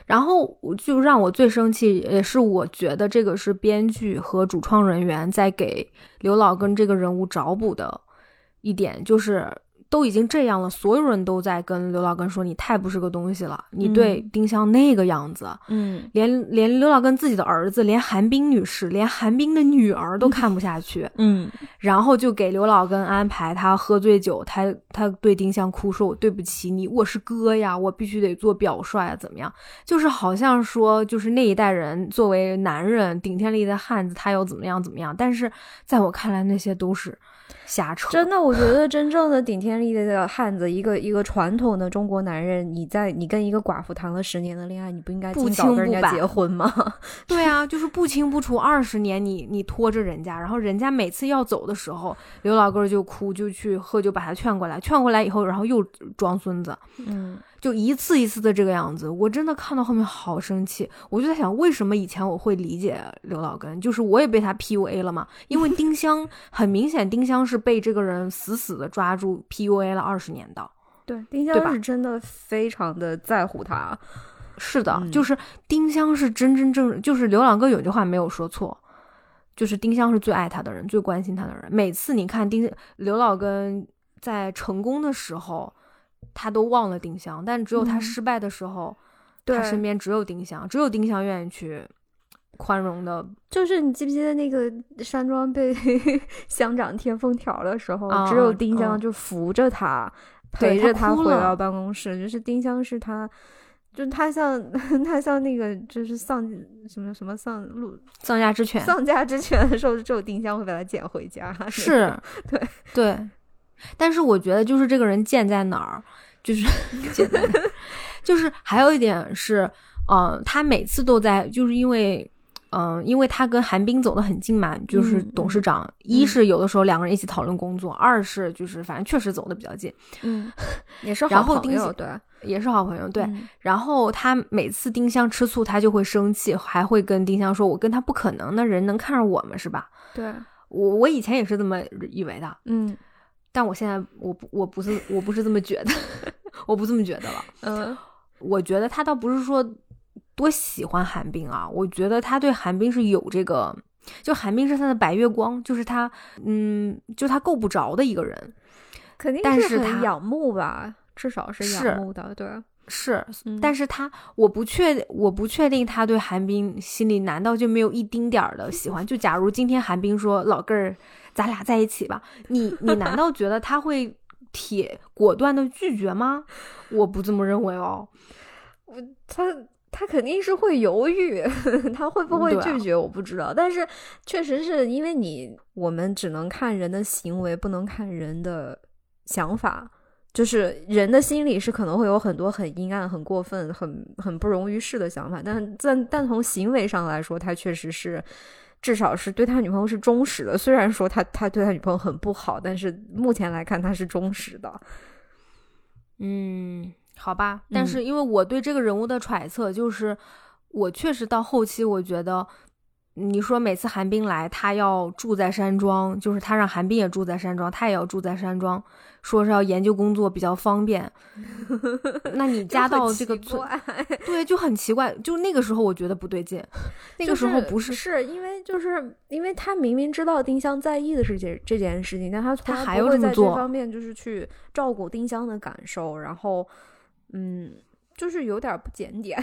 A: 然后我就让我最生气，也是我觉得这个是编剧和主创人员在给刘老根这个人物找补的一点，就是都已经这样了，所有人都在跟刘老根说你太不是个东西了，你对丁香那个样子，
B: 嗯，
A: 连连刘老根自己的儿子，连韩冰女士，连韩冰的女儿都看不下去，
B: 嗯，
A: 然后就给刘老根安排他喝醉酒，他他对丁香哭说：“我对不起你，我是哥呀，我必须得做表率啊，怎么样？”就是好像说，就是那一代人作为男人顶天立地的汉子，他要怎么样怎么样。但是在我看来，那些都是瞎扯。
B: 真的，我觉得真正的顶天立地的汉子，一个一个传统的中国男人，你在你跟一个寡妇谈了十年的恋爱，你不应该
A: 不
B: 尽早
A: 清
B: 跟人
A: 不
B: 家
A: 白
B: 结婚 吗？
A: 对啊，就是不清不楚，二十年你你拖着人家，然后人家每次要走的时候，刘老根就哭，就去喝酒把他劝过来，劝过来以后，然后又装孙子。
B: 嗯，
A: 就一次一次的这个样子，我真的看到后面好生气。我就在想，为什么以前我会理解刘老根，就是我也被他 PUA 了嘛？因为丁香很明显，丁香是被这个人死死的抓住 PUA 了二十年的。
B: 对，丁
A: 对吧
B: 香是真的非常的在乎他，
A: 是的，
B: 嗯
A: 就是丁香是真真正正，就是刘老根有句话没有说错，就是丁香是最爱他的人，最关心他的人。每次你看丁刘老根在成功的时候，他都忘了丁香，但只有他
B: 嗯
A: 失败的时候，
B: 对
A: 他身边只有丁香，只有丁香愿意去宽容的
B: 就是你记不记得那个山庄被 乡长贴封条的时候，
A: 啊
B: 只有丁香
A: 嗯
B: 就扶着他，
A: 对
B: 陪着
A: 他哭
B: 回
A: 了
B: 到办公室。就是丁香是他，就他像 他像那个就是丧什么什么丧路
A: 丧家之犬。
B: 丧家之犬的时候，只有丁香会把他捡回家。，
A: 是
B: 对
A: 对。但是我觉得就是这个人贱在哪儿，就是 贱在哪儿，就是还有一点是，呃，他每次都在，就是因为。嗯，因为他跟韩冰走得很近嘛，就是
B: 嗯
A: 董
B: 嗯
A: 事长，一
B: 嗯
A: 是有的时候两个人一起讨论工作，二是就是反正确实走得比较近，
B: 嗯，也是
A: 然
B: 好
A: 后
B: 朋
A: 丁
B: 友，
A: 香
B: 对
A: 也是好朋友。对，
B: 嗯
A: 然后他每次丁香吃醋，他就会生气，还会跟丁香说：“我跟他不可能，那人能看上我们是吧
B: 对，？”
A: 我我以前也是这么以为的，
B: 嗯
A: 但我现在我不我不是我不是这么觉得， 我不这么觉得了。
B: 嗯
A: 我觉得他倒不是说多喜欢韩冰啊，我觉得他对韩冰是有这个，就韩冰是他的白月光，就是他嗯，就他够不着的一个人。
B: 肯定
A: 但
B: 是
A: 是
B: 很
A: 他
B: 仰慕吧，至少是
A: 是
B: 仰慕的，对。
A: 是，
B: 嗯
A: 但是他我不确我不确定他对韩冰心里难道就没有一丁点儿的喜欢？就假如今天韩冰说老根儿，咱俩在一起吧，你你难道觉得他会铁果断的拒绝吗？我不这么认为哦。
B: 他他肯定是会犹豫， 他会不会
A: 对啊
B: 拒绝我不知道，但是确实是因为你我们只能看人的行为，不能看人的想法。就是人的心里是可能会有很多很阴暗、很过分、很很不容于世的想法，但但但从行为上来说，他确实是，至少是对他女朋友是忠实的。虽然说他他对他女朋友很不好，但是目前来看他是忠实的。
A: 嗯，好吧，但
B: 嗯
A: 是因为我对这个人物的揣测，就是、我确实到后期，我觉得你说每次韩冰来，他要住在山庄，就是他让韩冰也住在山庄，他也要住在山庄，说是要研究工作比较方 便。那你加
B: 就很
A: 到这个
B: 奇
A: 村，
B: 怪
A: 对，就很奇怪。就那个时候我觉得不对劲，那个时候不
B: 是
A: 是
B: 是因为就是因为他明明知道丁香在意的是这这件事情，但他从
A: 他
B: 来
A: 还要
B: 不会
A: 这么
B: 在
A: 做
B: 方面就是去照顾丁香的感受，然后嗯，就是有点不检点。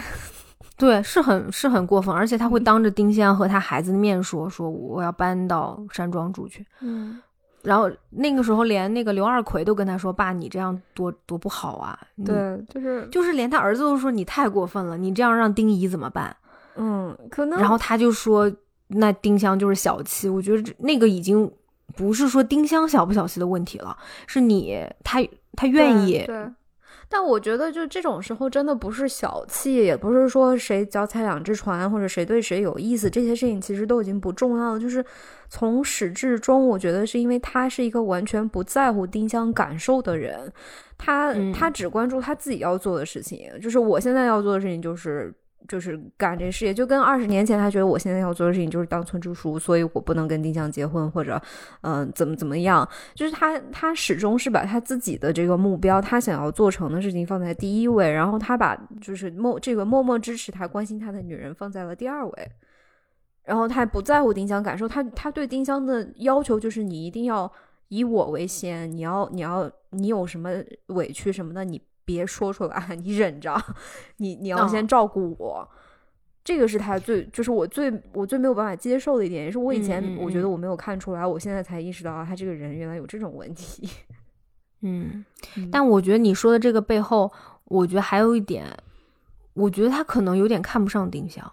A: 对，是很是很过分，而且他
B: 嗯
A: 会当着丁香和他孩子的面说，说我要搬到山庄住去。
B: 嗯，
A: 然后那个时候，连那个刘二奎都跟他说：“爸，你这样多多不好啊！”你，
B: 对，就是
A: 就是连他儿子都说：“你太过分了，你这样让丁仪怎么办
B: 嗯，可？”能
A: 然后他就说：“那丁香就是小气。”我觉得这那个已经不是说丁香小不小气的问题了，是你他他愿意
B: 对。对但我觉得，就这种时候，真的不是小气，也不是说谁脚踩两只船，或者谁对谁有意思，这些事情其实都已经不重要了。就是从始至终，我觉得是因为他是一个完全不在乎丁香感受的人，他、
A: 嗯
B: 他只关注他自己要做的事情。就是我现在要做的事情，就是就是干这事业，就跟二十年前他觉得我现在要做的事情就是当村支书，所以我不能跟丁香结婚，或者嗯、呃怎么怎么样，就是他，他始终是把他自己的这个目标，他想要做成的事情放在第一位，然后他把就是默这个默默支持他、关心他的女人放在了第二位，然后他也不在乎丁香感受，他他对丁香的要求就是你一定要以我为先，你要你要你有什么委屈什么的，你别说出来，你忍着，你你要
A: 嗯
B: 先照顾我。这个是他最，就是我最我最没有办法接受的一点，也是我以前
A: 嗯嗯
B: 我觉
A: 嗯
B: 得我没有看出来，我现在才意识到啊，他这个人原来有这种问题。
A: 嗯
B: 嗯，
A: 但我觉得你说的这个背后，我觉得还有一点，我觉得他可能有点看不上丁香。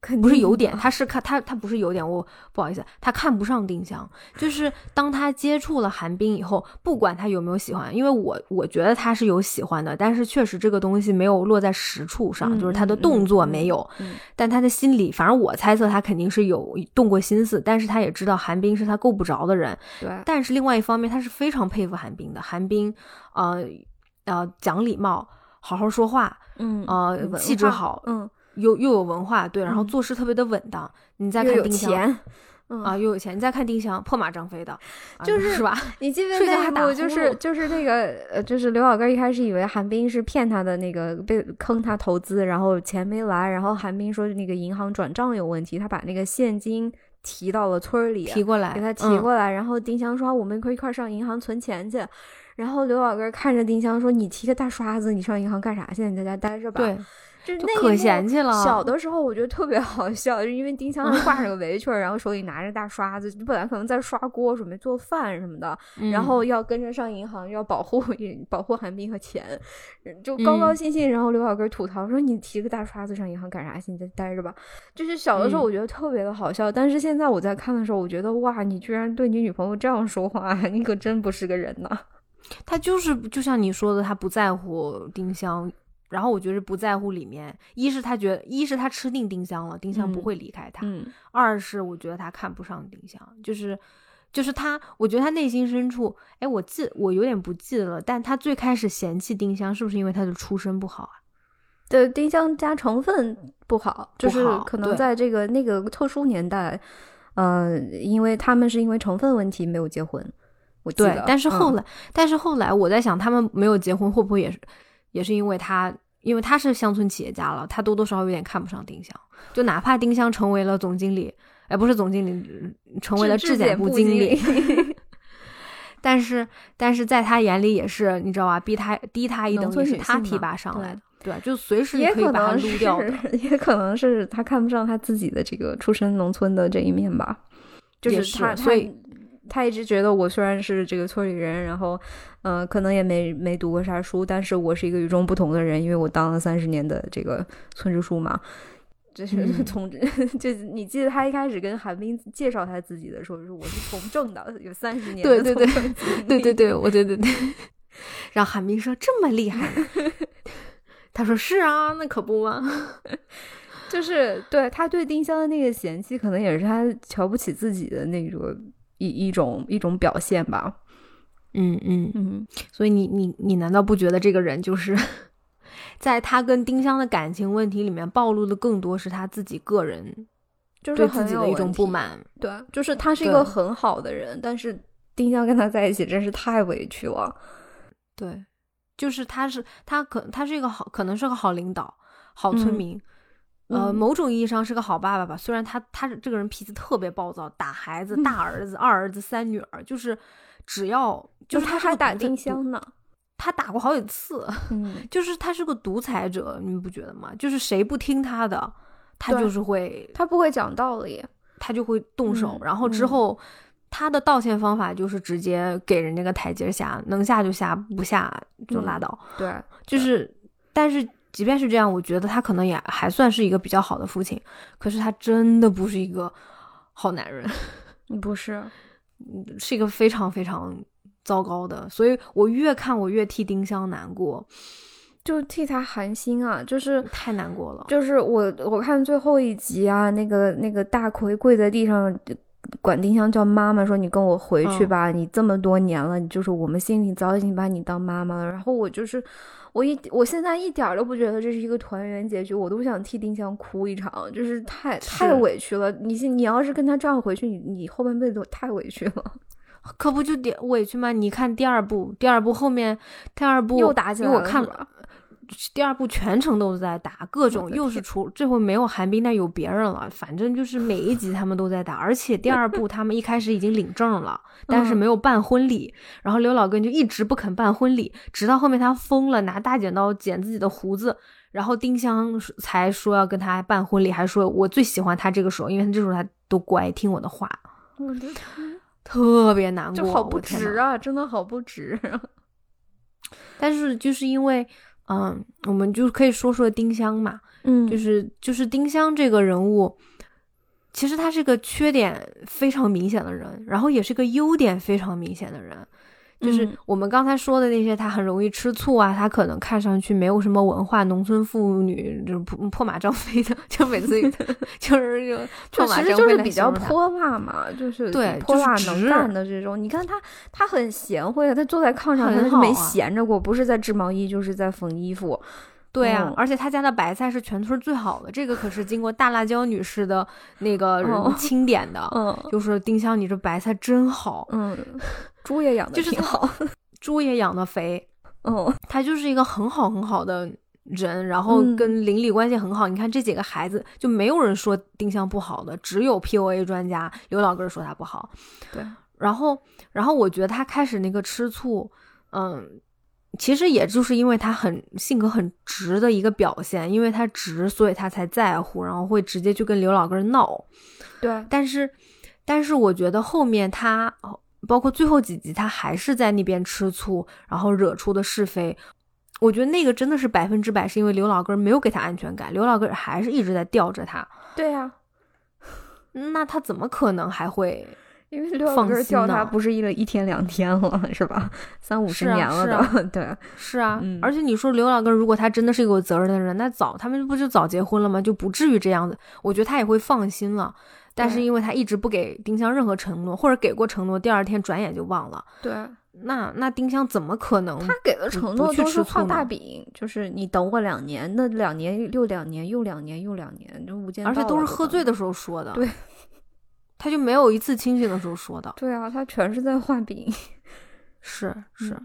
B: 肯定
A: 不是有点，嗯
B: 的
A: 他是看他他不是有点，我不好意思，他看不上丁香。就是当他接触了韩冰以后，不管他有没有喜欢，因为我我觉得他是有喜欢的，但是确实这个东西没有落在实处上，
B: 嗯
A: 就是他的
B: 嗯
A: 动作
B: 嗯
A: 没有，
B: 嗯
A: 但他的心里，反正我猜测他肯定是有动过心思，但是他也知道韩冰是他够不着的人，
B: 对，
A: 但是另外一方面，他是非常佩服韩冰的，韩冰，呃呃讲礼貌，好好说话，
B: 嗯
A: 呃
B: 文
A: 气质
B: 化
A: 好
B: 嗯，
A: 又又有文化，对，然后
B: 嗯
A: 做事特别的稳当。你再
B: 又
A: 看
B: 有
A: 丁香，
B: 钱，嗯
A: 啊，又有钱。你再看丁香，破马张飞的，啊
B: 就是
A: 是吧？
B: 你记不记
A: 睡
B: 得
A: 觉
B: 那
A: 还
B: 一
A: 打
B: 幕？就
A: 呼
B: 是
A: 噜
B: 就是那个呃，就是刘老根一开始以为韩冰是骗他的那个被坑他投资，然后钱没来，然后韩冰说那个银行转账有问题，他把那个现金提到了村儿里，
A: 提过来，
B: 给他提
A: 嗯，
B: 过来，然后丁香说啊我们可以一块儿上银行存钱去。然后刘老根看着丁香说：“你提个大刷子，你上银行干啥去？你在家待着吧。”
A: 对，，
B: 就是
A: 就
B: 那一
A: 可
B: 幕
A: 嫌弃了
B: 小的时候我觉得特别好笑，就是因为 丁香挂着个围裙儿，然后手里拿着大刷子，本来可能在刷锅准备做饭什么的，
A: 嗯
B: 然后要跟着上银行，要保护 保护韩冰和钱，就高高
A: 嗯
B: 兴兴。然后刘老根吐槽说：“你提个大刷子上银行干啥去？你在待着吧。”就是小的时候
A: 嗯
B: 我觉得特别的好笑，但是现在我在看的时候，我觉得哇，你居然对你女朋友这样说话，你可真不是个人呐！
A: 哎他就是就像你说的，他不在乎丁香。然后我觉得不在乎里面，一是他觉得，一是他吃定丁香了，丁香不
B: 嗯
A: 会离开他；
B: 嗯
A: 二是我觉得他看不上丁香，就是，就是他，我觉得他内心深处，哎，我记我有点不记得了，但他最开始嫌弃丁香，是不是因为他的出身不好啊？
B: 对，丁香加成分不好，就
A: 不
B: 是
A: 好
B: 可能
A: 对
B: 在这个那个特殊年代，呃，因为他们是因为成分问题没有结婚，我记
A: 对
B: 得，
A: 但是后
B: 嗯
A: 来，但是后来我在想，他们没有结婚，会不会也是也是因为他，因为他是乡村企业家了，他多多少少有点看不上丁香，就哪怕丁香成为了总经理，哎，不是总经理，嗯成为了
B: 质
A: 质
B: 检
A: 检部
B: 部
A: 经
B: 经
A: 理
B: 理，
A: 但是但是在他眼里也是，你知道吧，逼他低他一
B: 农
A: 等
B: 村
A: 也是
B: 女
A: 他
B: 性
A: 提
B: 嘛
A: 拔上
B: 对
A: 来的，对，就随时你
B: 也
A: 可以
B: 可
A: 把他
B: 能
A: 撸掉的，
B: 是，也可能是他看不上他自己的这个出身农村的这一面吧，就
A: 也
B: 他，
A: 是所以
B: 他他一直觉得我虽然是这个村里人，然后，呃，可能也没没读过啥书，但是我是一个与众不同的人，因为我当了三十年的这个村支书嘛。就是
A: 嗯
B: 从、 就是你记得他一开始跟韩冰介绍他自己的时候，就是我是从政的，有三十年
A: 对对
B: 的
A: 对
B: 从政经历
A: 对对 对，我对对对。然后韩冰说：“这么厉害呢？”他说：“是啊，那可不嘛。”
B: 就是对他对丁香的那个嫌弃，可能也是他瞧不起自己的那个一一种一种表现吧。
A: 嗯嗯，
B: 嗯，
A: 所以你你你难道不觉得这个人就是 在他跟丁香的感情问题里面暴露的更多是他自己个人
B: 就
A: 对
B: 是
A: 自
B: 很
A: 己
B: 有
A: 的一
B: 问
A: 种不
B: 题。
A: 满？
B: 对，就是他是一
A: 对
B: 个很好的人，但是丁香跟他在一起真是太委屈了。
A: 对，就是他是他可他是一个好，可能是个好领导、好村
B: 嗯
A: 民。呃，
B: 嗯
A: 某种意义上是个好爸爸吧，虽然他他这个人脾气特别暴躁，打孩子、
B: 嗯
A: 大儿子、二儿子、三女儿，就是只要就是
B: 他
A: 他是
B: 还
A: 个
B: 打
A: 独裁独
B: 丁香 呢。
A: 他打过好几次，
B: 嗯，
A: 就是他是个独裁者，你们不觉得吗？就是谁不听他的，他
B: 对
A: 就是会
B: 他不会讲道理。
A: 他就会动手，
B: 嗯
A: 然后之
B: 嗯
A: 后、他的道歉方法就是直接给人家个台阶下，能下就下，不下就
B: 嗯
A: 拉倒。
B: 对，
A: 就是，但是即便是这样，我觉得他可能也还算是一个比较好的父亲，可是他真的不是一个好男人。
B: 不是，
A: 嗯是一个非常非常糟糕的，所以我越看我越替丁香难过，
B: 就替他寒心啊，就是
A: 太难过了。
B: 就是我我看最后一集啊，那个那个大奎跪在地上。管丁香叫妈妈，说你跟我回去吧，你这么多年了，你就是我们心里早已经把你当妈妈了。然后我就是，我一我现在一点儿都不觉得这是一个团圆结局，我都想替丁香哭一场，就是太太
A: 是
B: 委屈了。你你要是跟他这样回去，你你后半辈子都太委屈了。
A: 可不就点委屈吗？你看第二部，第二部后面第二部
B: 又打起来了
A: 因为我看
B: 是吧
A: 了。第二部全程都是在打各种，
B: 的
A: 又是除这回没有寒冰，但有别人了。反正就是每一集他们都在打，而且第二部他们一开始已经领证了，但是
B: 嗯
A: 没有办婚礼。然后刘老根就一直不肯办婚礼，直到后面他疯了，拿大剪刀剪自己的胡子，然后丁香才说要跟他办婚礼，还说我最喜欢他这个时候，因为他这时候他都乖，听我的话，
B: 我的
A: 特别难过，
B: 就好
A: 我
B: 不
A: 天呐
B: 值啊，真的好不值。
A: 但是就是因为，嗯，我们就可以说说丁香嘛，
B: 嗯
A: 就，是就是丁香这个人物，其实他是个缺点非常明显的人，然后也是个优点非常明显的人。就是
B: 嗯
A: 我们刚才说的那些，他很容易吃醋啊，他可能看上去没有什么文化，农村妇女就是破破马张飞的， 就每 次就是就
B: 就
A: 破马
B: 其实
A: 张
B: 就
A: 飞
B: 是
A: 来
B: 比
A: 形
B: 较
A: 容他
B: 泼辣嘛，就是
A: 对
B: 泼
A: 就是
B: 辣
A: 直
B: 能干的这种。你看他，他很贤惠啊，他坐在炕上，
A: 很
B: 他是没
A: 好啊
B: 闲着过，不是在织毛衣就是在缝衣服。
A: 对啊，
B: 嗯
A: 而且他家的白菜是全村最好的，这个可是经过大辣椒女士的那个
B: 哦
A: 钦点的。
B: 嗯
A: 就是丁香，你这白菜真好，
B: 嗯，猪也 养的
A: 就是
B: 挺
A: 他
B: 好。
A: 猪也养的肥，
B: 嗯
A: 她就是一个很好很好的人，然后
B: 嗯
A: 跟邻里关系很好。你看这几个孩子，就没有人说丁香不好的，只有 POA 专家刘老根儿说他不好。
B: 对，
A: 然后，然后我觉得他开始那个吃醋，嗯。其实也就是因为他很性格很直的一个表现，因为他直，所以他才在乎，然后会直接就跟刘老根儿闹。
B: 对，
A: 但是，但是我觉得后面他哦包括最后几集，他还是在那边吃醋，然后惹出的是非。我觉得那个真的是百分之百是因为刘老根儿没有给他安全感，刘老根儿还是一直在吊着他，嗯
B: 对呀、啊，
A: 那他怎么可能还会？
B: 因为刘老
A: 放
B: 根儿
A: 心
B: 钓他
A: 呐
B: 不是一了一天两天了，是吧？三五十
A: 是啊
B: 年了
A: 是
B: 都。
A: 啊
B: 对，
A: 是啊，
B: 嗯
A: 而且你说刘老根儿如果他真的是一个有责任的人，那早他们不就早结婚了吗？就不至于这样子，我觉得他也会放心了。但是
B: 对
A: 因为他一直不给丁香任何承诺，或者给过承诺，第二天转眼就忘了。
B: 对
A: 那那丁香怎么可能？
B: 他给的
A: 嗯不
B: 承
A: 不
B: 诺
A: 去
B: 都
A: 吃
B: 是画
A: 醋
B: 大
A: 呢
B: 饼，就是你等我两年，那两年又两年又两年又两年，就无间道
A: 而
B: 了。
A: 且都是喝
B: 的。
A: 醉的时候说的。
B: 对，
A: 他就没有一次清醒的时候说的。
B: 对啊，他全是在画饼。
A: 是是，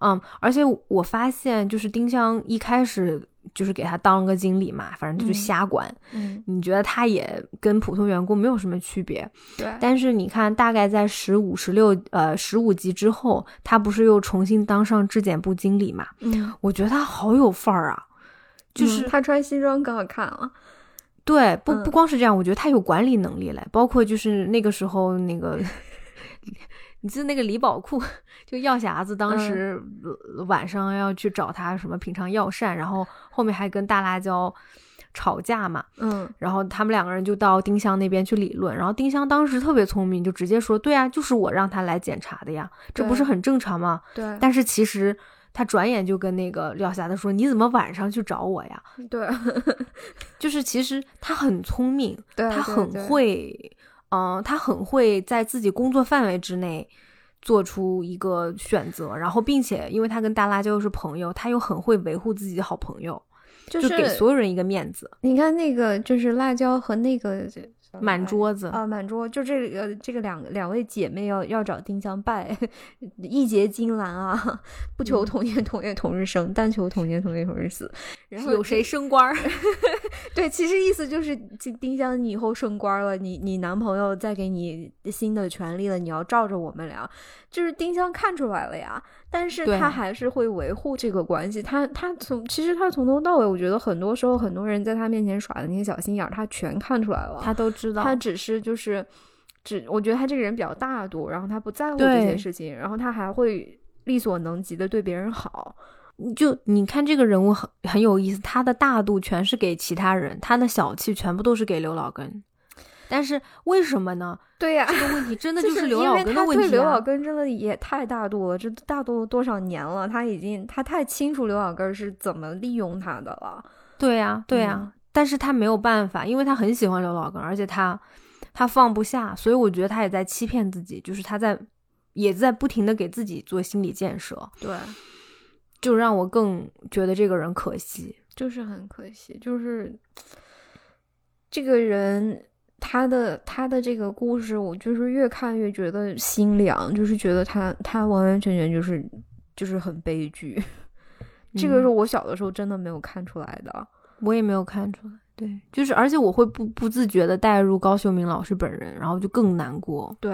A: 嗯，而且我发现就是丁香一开始就是给他当了个经理嘛，反正他就
B: 嗯
A: 瞎管。
B: 嗯，
A: 你觉得他也跟普通员工没有什么区别？
B: 对。
A: 但是你看，大概在十五、十六呃十五集之后，他不是又重新当上质检部经理嘛？
B: 嗯，
A: 我觉得他好有范儿啊，就是、
B: 他穿西装可好看了。
A: 对，不
B: 嗯
A: 不光是这样，我觉得他有管理能力嘞，包括就是那个时候那 个，你记得那个李宝库，就药匣子当
B: 嗯
A: 时呃晚上要去找他什么品尝药膳，然后后面还跟大辣椒吵架嘛，
B: 嗯，
A: 然后他们两个人就到丁香那边去理论，然后丁香当时特别聪明，就直接说，对啊，就是我让他来检查的呀，这不
B: 对
A: 是很正常吗？
B: 对
A: 但是其实他转眼就跟那个药匣子说，你怎么晚上去找我呀？
B: 对
A: 就是其实他很聪明，
B: 对，
A: 他
B: 对
A: 很，会，嗯、他很会在自己工作范围之内做出一个选择，然后并且因为他跟大辣椒又是朋友，他又很会维护自己的好朋友，
B: 对就
A: 就是给所有人一个面子，
B: 你看那个就是辣椒和那个
A: 满桌子。
B: 啊，满桌就这个这个两两位姐妹要要找丁香拜， 义结金兰啊， 不求
A: 嗯
B: 同年同月同日生，但求同年同月同日死。然后
A: 有谁升官 儿？
B: 对，其实意思就是，这丁香，你以后升官了，你你男朋友再给你新的权利了，你要罩着我们俩。就是丁香看出来了呀，但是
A: 对
B: 他还是会维护这个关系。他他从其实他从头到尾，我觉得很多时候很多人在他面前耍的那些小心眼儿，他全看出来了。
A: 他都知道。
B: 他只是就是只，我觉得他这个人比较大度，然后他不在乎这些
A: 对
B: 事情，然后他还会力所能及的对别人好。
A: 就你看这个人物很很有意思，他的大度全是给其他人，他的小气全部都是给刘老根。但是为什么呢？
B: 对呀、
A: 这个问题真的
B: 就
A: 就是
B: 是
A: 刘
B: 因
A: 老
B: 为
A: 根
B: 他
A: 的问
B: 对
A: 题、
B: 刘
A: 啊
B: 老。根真的也太大度了，这大度了多少年了？他已经他太清楚刘老根是怎么利用他的了。
A: 对呀、对呀、但是他没有办法，因为他很喜欢刘老根，而且他他放不下，所以我觉得他也在欺骗自己，就是他在也在不停的给自己做心理建设，
B: 对，
A: 就让我更觉得这个人可惜。
B: 就是很可惜，就是这个人他的他的这个故事，我就是越看越觉得心凉，就是觉得他他完完全全就是就是很悲剧。 这个
A: 嗯
B: 是我小的时候真的没有看出来的。
A: 我也没有看出来，对，就是而且我会不不自觉的带入高秀敏老师本人，然后就更难过，
B: 对，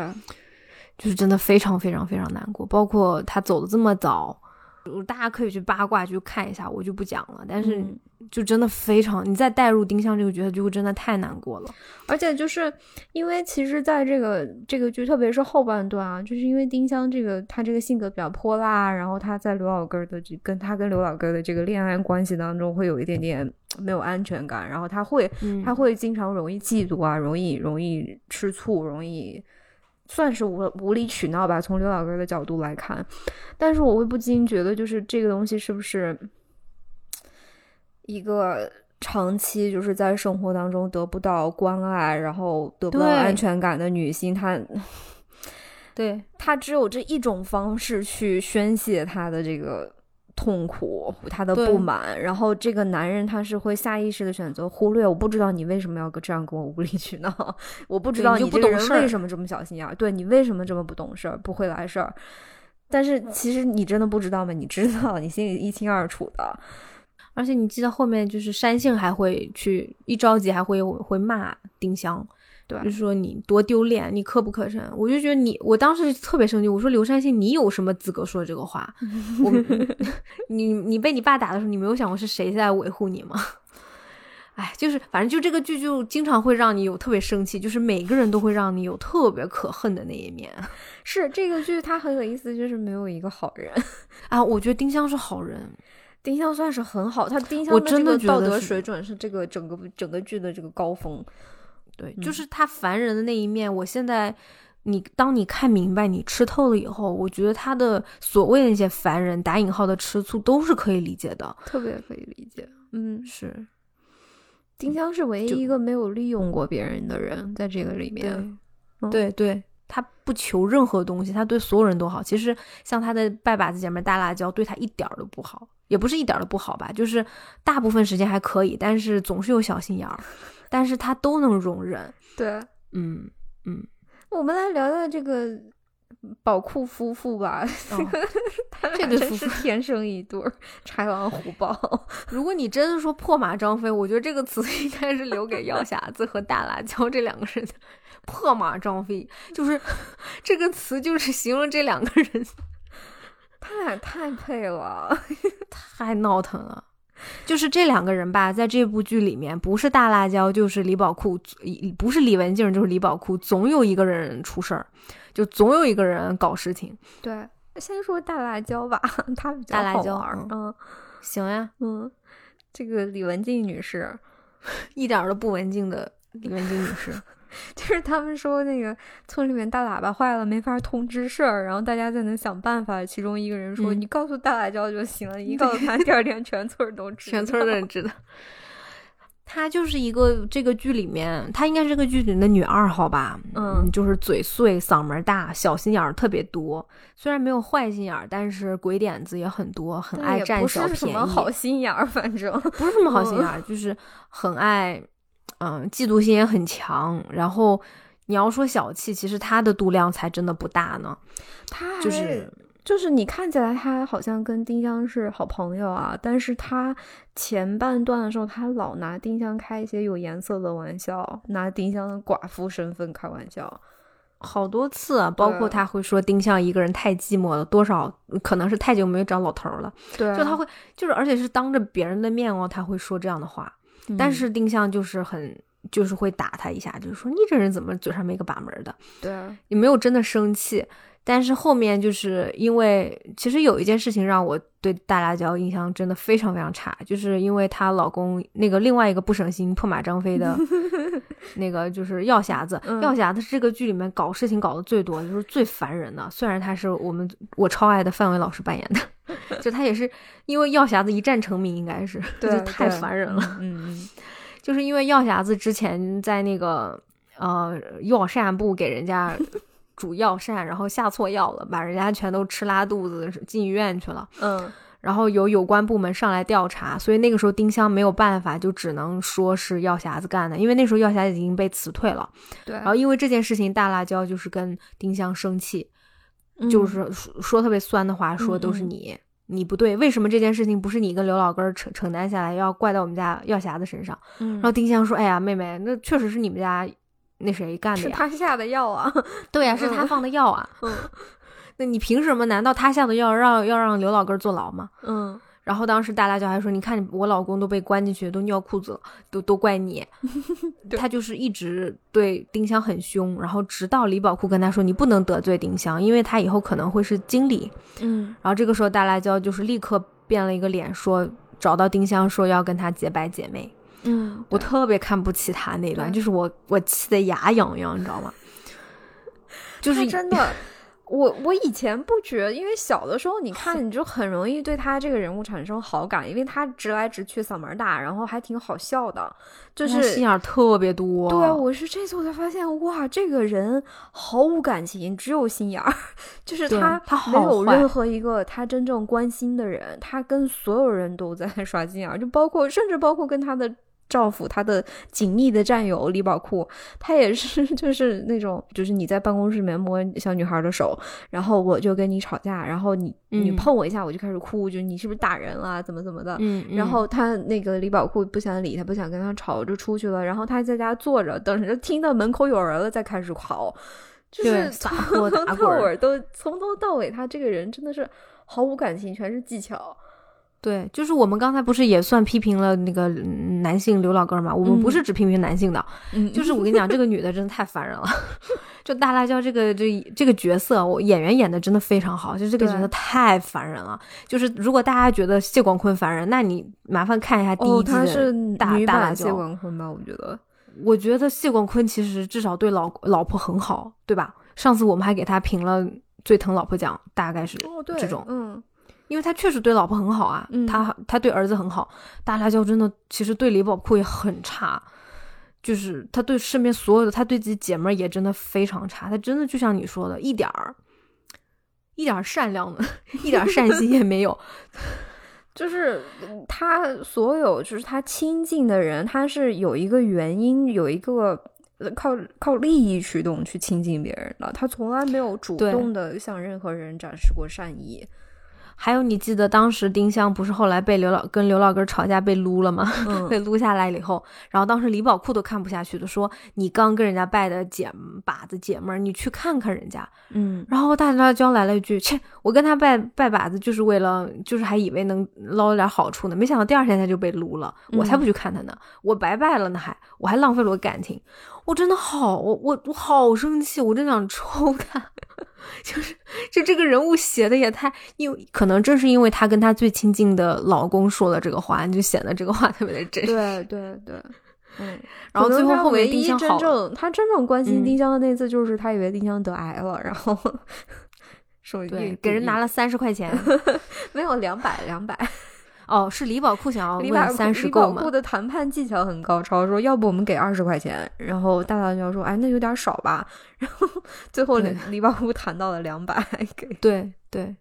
A: 就是真的非常非常非常难过。包括他走的这么早，呃大家可以去八卦去看一下，我就不讲了。但是
B: 嗯
A: 就真的非常，你再带入丁香这个角色，就会真的太难过了。
B: 而且就是因为其实在这个这个剧，特别是后半段啊，就是因为丁香这个她这个性格比较泼辣，然后她在刘老根儿的这跟她跟刘老根儿的这个恋爱关系当中会有一点点没有安全感，然后她会
A: 嗯
B: 她会经常容易嫉妒啊，容易容易吃醋，容易。算是无无理取闹吧，从刘老根儿的角度来看，但是我会不禁觉得，就是这个东西是不是一个长期就是在生活当中得不到关爱，然后得不到
A: 对
B: 安全感的女性，她
A: 对，
B: 她只有这一种方式去宣泄她的这个痛苦、她的
A: 对
B: 不满，然后这个男人他是会下意识的选择忽略。我不知道你为什么要这样跟我无理取闹， 我不知
A: 对
B: 道
A: 你就
B: 你
A: 不
B: 这个
A: 懂
B: 人
A: 事儿
B: 为什么这么小心眼儿，对你为什么这么不懂事儿、不会来事儿。但是其实你真的不知道吗？你知道，你心里一清二楚的。
A: 而且你记得后面就是山杏还会去一着急还会会骂丁香，
B: 对
A: 就说你多丢脸，你可不可深？我就觉得你，我当时特别生气，我说刘山杏，你有什么资格说这个话？我你你被你爸打的时候，你没有想过是谁在维护你吗？ 哎，就是反正就这个剧就经常会让你有特别生气，就是每个人都会让你有特别可恨的那一面
B: 是这个剧，它很有意思，就是没有一个好人。
A: 啊。我觉得丁香是好人，
B: 丁香算是很好，他丁
A: 我
B: 香
A: 真的
B: 的
A: 觉
B: 这个道
A: 得
B: 德
A: 是
B: 水准是这个整个整个剧的这个高峰。
A: 对，就是他烦人的那一面，我现在。你当你看明白、你吃透了以后，我觉得他的所谓的那些烦人（打引号的吃醋）都是可以理解的。
B: 特别可以理解。嗯，
A: 是，
B: 丁香是唯一
A: 嗯就
B: 一个没有利用过别人的人，在这个里面。嗯
A: 对对，他不求任何东西，他对所有人都好。其实像他的拜把子姐妹大辣椒，对他一点儿都不好，也不是一点儿都不好吧，就是大部分时间还可以，但是总是有小心眼儿，但是他都能容忍。
B: 对，
A: 嗯，
B: 我们来聊聊这个宝库夫妇吧。
A: 哦
B: 他们
A: 这
B: 俩
A: 对
B: 真
A: 夫
B: 是天生一对儿，豺 狼虎豹。
A: 如果你真的说破马张飞，我觉得这个词应该是留给药匣子和大辣椒这两个人的。破马张飞就是这个词，就是形容这两个人
B: 他俩太配了，
A: 太闹腾了。就是这两个人吧，在这部剧里面，不是大辣椒就是李宝库，一不是李文静就是李宝库，总有一个人出事儿，就总有一个人搞事情。
B: 对。先说大辣椒吧， 他比较
A: 大辣
B: 好
A: 椒
B: 玩儿嗯
A: 行呀，
B: 嗯，这个李文静女士，
A: 一点儿都不文静的李文静女士，
B: 就是他们说那个村里面大喇叭坏了，没法通知事儿，然后大家在那想办法。其中一个人说：“
A: 嗯
B: 你告诉大辣椒就行了，你一告诉他，第二天全村儿都知道。”
A: 全村儿的人知 道。她就是一个这个剧里面，她应该是这个剧里的女二号吧？
B: 嗯
A: 就是嘴碎、嗓门大、小心眼儿特别多。虽然没有坏心眼儿，但是鬼点子也很多，很
B: 但
A: 爱
B: 也
A: 占
B: 不
A: 小
B: 是什
A: 便宜。
B: 么好嗯心眼儿， 反正
A: 不是什么好心眼儿，就是很爱，嗯，嫉妒心也很强。然后你要说小气，其实她的度量才真的不大呢，
B: 他还
A: 就是。
B: 就是你看起来他好像跟丁香是好朋友啊，但是他前半段的时候，他老拿丁香开一些有颜色的玩笑，拿丁香的寡妇身份开玩笑。
A: 好多次、啊，包括
B: 对
A: 她会说丁香一个人太寂寞了，多少可能是太久没找老头儿了，
B: 对啊
A: 就他会就是而且是当着别人的面哦，他会说这样的话。
B: 嗯
A: 但是丁香就是很就是会打他一下，就是说你这人怎么嘴上没个把门儿的，
B: 对
A: 也没有真的生气。但是后面就是因为，其实有一件事情让我对大辣椒印象真的非常非常差，就是因为她老公那个另外一个不省心、破马张飞的那个就是药匣子，
B: 嗯
A: 药匣子是这个剧里面搞事情搞得最多，就是最烦人的。虽然他是我们我超爱的范伟老师扮演的， 就他也是因为药匣子一战成名，应该是
B: 对
A: 就太烦人了。。
B: 嗯嗯
A: 就是因为药匣子之前在那个呃药膳部给人 家煮药膳，然后下错药了，把人家全都吃拉肚子进医院去了。
B: 嗯
A: 然后有有关部门上来调查，所以那个时候丁香没有办法，就只能说是药匣子干的，因为那时候药匣子已经被辞退了。
B: 对，
A: 然后因为这件事情，大辣椒就是跟丁香生气，
B: 嗯
A: 就是说说特别酸的话，说
B: 嗯
A: 都是
B: 嗯
A: 你。你不对，为什么这件事情不是你跟刘老根儿承承担下来，要怪到我们家药匣子身上？
B: 嗯
A: 然后丁香说：“哎呀，妹妹，那确实是你们家那谁干的
B: 是
A: 呀？
B: 他下的药 啊。
A: 对呀、是他
B: 嗯
A: 放的药啊。
B: 嗯
A: 那你凭什么？难道他下的药让要让刘老根儿坐牢吗？
B: 嗯
A: 然后当时大辣椒还说：‘你看我老公都被关进去，都尿裤子了，都都怪 你。
B: 对’
A: 他就是一直对丁香很凶，然后直到李宝库跟他说：‘你不能得罪丁香，因为他以后可能会是经理。’
B: 嗯
A: 然后这个时候大辣椒就是立刻变了一个脸，说找到丁香说要跟她结拜姐妹。
B: 嗯，
A: 我特别看不起他那段，
B: 对
A: 就是我我气得牙痒痒，你知道吗？就
B: 他
A: 是
B: 真 的。我我以前不觉因为小的时候你看你就很容易对他这个人物产生好感，因为他直来直去，嗓门儿大，然后还挺好笑的，就
A: 他
B: 是
A: 心眼儿特别多。
B: 对，我是这次我才发现，哇，这个人毫无感情，只有心眼儿， 就是
A: 对
B: 他
A: 他
B: 没
A: 好
B: 有
A: 坏
B: 任何一个他真正关心的人，他跟所有人都在 耍心眼儿，就包括甚至包括跟他的。丈夫，他的紧密的战友李宝库，他也是 就是那种，就是你在办公室里面摸小女孩的手，然后我就跟你吵架，然后你你
A: 嗯
B: 碰我一下，我就开始哭，就你是不是打人了，怎么怎么的，
A: 嗯，嗯
B: 然后他那个李宝库不想理他，不想跟他吵，就出去了。然后他在家坐着，等着听到门口有人了，再开始嚎，就
A: 对
B: 是
A: 砸
B: 从
A: 锅
B: 头
A: 打
B: 到
A: 滚儿
B: 尾都从头到尾，他这个人真的是毫无感情，全是技巧。
A: 对，就是我们刚才不是也算批评了那个嗯男性刘老根儿嘛？我们
B: 嗯
A: 不是只批评男 性的，
B: 嗯
A: 就是我跟你讲，这个女的真的太烦人了。 就大辣椒这个这这个角色，我演员演的真的非常好，就这个角色
B: 对
A: 太烦人了。就是如果大家觉得谢广坤烦人，那你麻烦看一嗯下第一
B: 哦，
A: 季
B: 他是
A: 的大
B: 女
A: 大辣
B: 版谢
A: 椒。
B: 广坤吧？我觉得，
A: 我觉得谢广坤其实至少对老老婆很好，对吧？上次我们还给他评了最疼老婆奖，大概是，
B: 哦，对，
A: 这种
B: 嗯，
A: 因为他确实对老婆很好啊，
B: 嗯
A: 他他对儿子很好。大辣椒真的其实对李宝库也很差，就是他对身边所有的，他对自己姐妹儿也真的非常差。他真的就像你说的，一点儿一点儿善良的， 一点儿善心也没有。
B: 就是嗯他所有就是他亲近的人，他是有一个原因，有一个呃靠靠利益驱动去亲近别人的，他从来没有主
A: 对
B: 动的向任何人展示过善意。
A: 还有，你记得当时丁香不是后来被刘老跟刘老根儿吵架被撸了吗？被
B: 嗯，
A: 撸下来了以后，然后当时李宝库都看不下去了，说你刚跟人家拜的姐们把子姐们儿，你去看看人家。
B: 嗯，
A: 然后大辣椒来了一句：“切，我跟他拜拜把子就是为了，就是还以为能捞点好处呢，没想到第二天他就被撸了，我才
B: 嗯
A: 不去看他呢，我白拜了呢还，我还浪费了我感情，我真的好，我我我好生气，我真想抽他。” 就是，就这个人物写的也太，因为可能正是因为她跟她最亲近的老公说了这个话，你就显得这个话特别的真实。
B: 对对对，嗯。
A: 然后
B: 可能
A: 最后
B: 他
A: 后
B: 唯
A: 面丁
B: 一
A: 香
B: 真
A: 好了，
B: 正他真正关心
A: 嗯
B: 丁香的那次，就是他以为丁香得癌了，然后 手
A: 对，给人拿
B: 了
A: 了三十块 钱。
B: 没有两百两百。
A: 哦，是李宝库想要
B: 李宝
A: 问
B: 库
A: 三十
B: 李宝
A: 够
B: 库
A: 吗？
B: 的谈判技巧很高超，说要不我们给二十块钱，然后大大就说哎那有点少吧， 然后最后
A: 对
B: 李李宝库谈到了两百给，
A: 对对，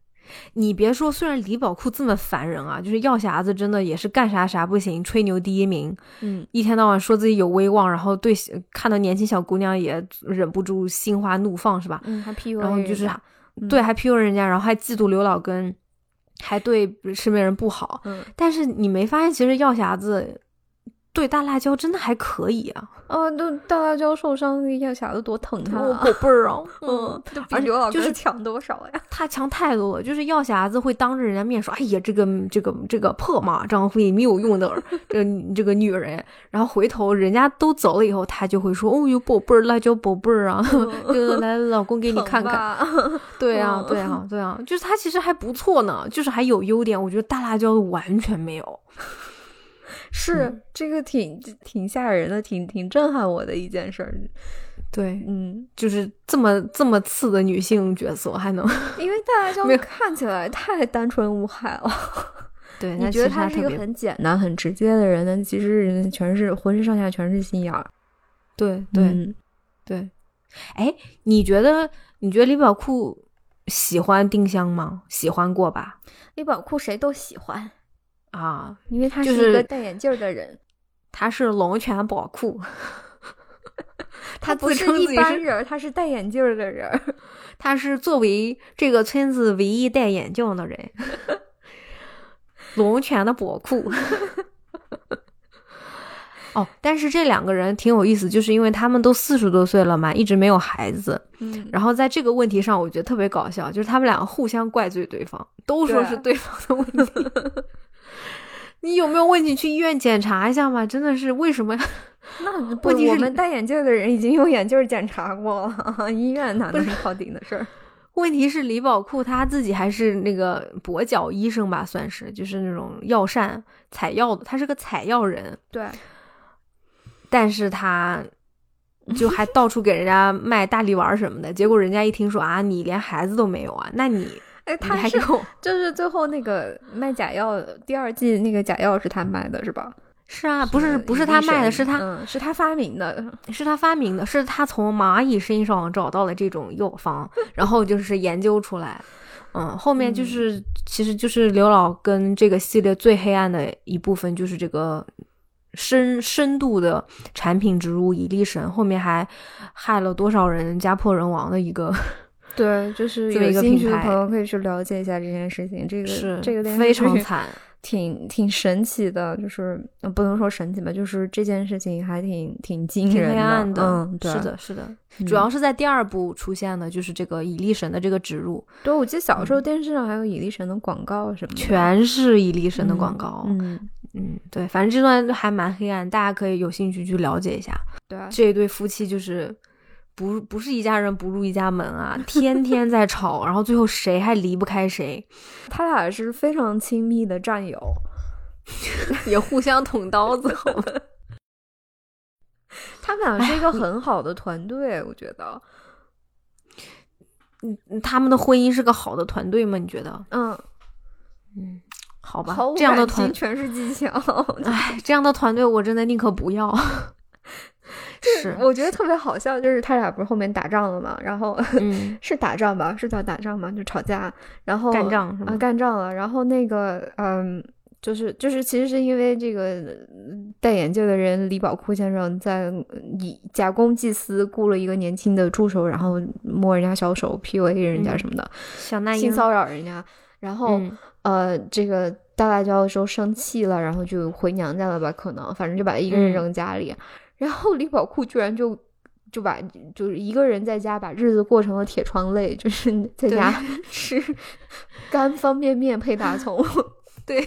A: 你别说，虽然李宝库这么烦人啊，就是药匣子真的也是干啥啥不行，吹牛第一名，
B: 嗯
A: 一天到晚说自己有威望，然后对看到年轻小姑娘也忍不住心花怒放，是吧？
B: 嗯还 PUA，
A: 然后就是
B: 人家啊
A: 对，还 PU 人家，然后还嫉妒刘老根，还对身边人不好。
B: 嗯
A: 但是你没发现，其实药匣子对大辣椒真的还可以啊，
B: 啊，都大辣椒受伤，要想得多疼他、
A: 我
B: 啊。
A: 宝贝儿啊，
B: 嗯，
A: 而
B: 比刘老
A: 就
B: 师
A: 是
B: 强多少呀？
A: 他强太多了，就是药匣子会当着人家面说：“哎呀，这个这个这个破马张飞没有用的， 这个这个女人。”然后回头人家都走了以后，他就会说：“哦哟，宝贝儿，辣椒宝贝儿啊，这个来老公给你看看。
B: 看，”
A: 对啊
B: 嗯，
A: 对啊，对啊，就是他其实还不错呢，就是还有优点。我觉得大辣椒完全没有。
B: 是这个挺挺吓人的，挺挺震撼我的一件事儿。
A: 对，
B: 嗯，
A: 就是这么这么次的女性角色还能
B: 因为大辣椒
A: 没有
B: 看起来太单纯无害了。
A: 对，
B: 你
A: 那
B: 觉得
A: 其实
B: 他
A: 还
B: 是一
A: 特
B: 个
A: 别
B: 很简单、很直接的人，但其实人家全是浑身上下全是心眼儿。
A: 对对。
B: 嗯
A: 对，哎，你觉得你觉得李宝库喜欢丁香吗？喜欢过吧？
B: 李宝库谁都喜欢，
A: 啊，
B: 因为他
A: 就是
B: 一个
A: 是
B: 戴眼镜儿的人，
A: 他是龙泉宝库，
B: 他
A: 他
B: 不
A: 自称自
B: 一
A: 己
B: 般
A: 是
B: 人儿，他是戴眼镜儿的人儿。
A: 他是作为这个村子唯一戴眼镜的人，龙泉的宝库。哦，但是这两个人挺有意思，就是因为他们都四十多岁了嘛，一直没有孩子。
B: 嗯，
A: 然后在这个问题上，我觉得特别搞笑，就是他们俩互相怪罪对方，都说是对方的问题。 你有没有问题去医院检查一下嘛？真的是为什么？
B: 那不
A: 问题
B: 我
A: 是
B: 们戴眼镜儿的人已经用眼镜儿检查过了， 医院哪能靠顶的事儿？
A: 问题是李宝库他自己还是那个跛脚医生吧，算是就是那种药膳采药的，他是个采药人，
B: 对，
A: 但是他就还到处给人家卖大力丸儿什么的。结果人家一听说啊，你连孩子都没有啊，那你
B: 哎，
A: 你
B: 他
A: 还
B: 是
A: 给 我
B: 就是最后那个卖假药第二季那个假药是他卖的是吧？呃
A: 是啊，不是不是
B: 医
A: 他卖的，
B: 生
A: 是他
B: 嗯是他发明的。
A: 是他发明的，是他从蚂蚁身上找到了这种药方，然后就是研究出来。嗯，后面就是，其实就是刘老跟这个系列最黑暗的一部分，就是这个深深度的产品植入以力神，后面还害了多少人家破人亡的一个，
B: 对，就是
A: 这么
B: 有
A: 一个
B: 兴
A: 品
B: 趣的
A: 牌
B: 朋友可以去了解一下这件事情。这个
A: 是
B: 这个电视
A: 非常
B: 剧
A: 惨。
B: 挺挺神奇的，就是、呃不能说神奇吧，就是这件事情还挺挺惊
A: 挺
B: 人
A: 黑暗
B: 的。嗯，对，
A: 是，的，是的，
B: 嗯
A: 主要是在第二部出现的，就是这个以力神的这个植入，
B: 对我记得小时候电视上还有以力神的广告什么
A: 嗯
B: 的，
A: 全是以力神的广
B: 嗯
A: 告。
B: 嗯，
A: 嗯，对，反正这段还蛮黑暗，大家可以有兴趣去了解一下。
B: 对啊，
A: 这一对夫妻就是不不是一家人不入一家门啊，天天在吵， 然后最后谁还离不开谁，
B: 他俩是非常亲密的战友。
A: 也互相捅刀 子，好吗？
B: 他们俩是
A: 哎
B: 一个很好的团队，我觉得，
A: 嗯他们的婚姻是个好的团队吗？你觉得？
B: 嗯，
A: 嗯，好吧
B: 毫，无
A: 这样的
B: 感情
A: 团，
B: 全是 技巧，
A: 哎，这样的团队我真的宁可不要。 是，
B: 我觉得特别好笑，就是他俩不是后面打仗了嘛，然后
A: 嗯，
B: 是打仗吧，是叫打仗吗？就吵架，然后
A: 干仗嗯是
B: 啊，
A: 吗？
B: 干仗了。然后那个，嗯，就是就是，其实是因为这个嗯戴眼镜的人李宝库先生在嗯以假公济私雇了一个年轻的助手，然后摸人家小手，PUA 人家
A: 嗯
B: 什么的，
A: 小那
B: 性
A: 英，
B: 骚扰人家。然后、
A: 嗯，
B: 呃，这个大辣椒的时候生气了，然后就回娘家了吧？可能反正就把一个人
A: 嗯
B: 扔家里。然后李宝库居然就就把就是一个人在家把日子过成了铁窗泪， 就是
A: 对
B: 在家吃干方便面配 大葱，
A: 对，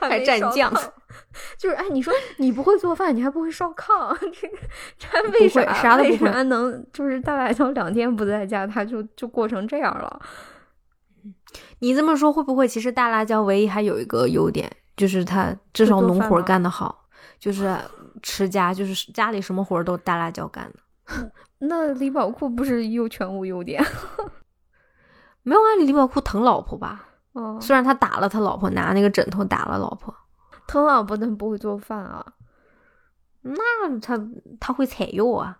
A: 还
B: 没
A: 蘸
B: 烧
A: 酱
B: 炕。就是哎，你说你不会做饭，你还不会烧炕， 这个这
A: 不
B: 为
A: 会
B: 啥
A: 啥都
B: 为
A: 不会
B: 啥能就是大辣椒两天不在家，他就就过成这样了？
A: 你这么说会不会？其实大辣椒唯一还有一个优点，就是它至少
B: 会做
A: 农
B: 饭
A: 活儿
B: 吗
A: 干得好，就是持家，就是家里什么活儿都大辣椒干的。
B: 那李宝库不是又全无优点？
A: 没有啊，李宝库疼老婆吧？
B: 哦，
A: 虽然他打了他老婆，拿那个枕头打了老婆，
B: 疼老婆但不会做饭啊。
A: 那他他会采药啊。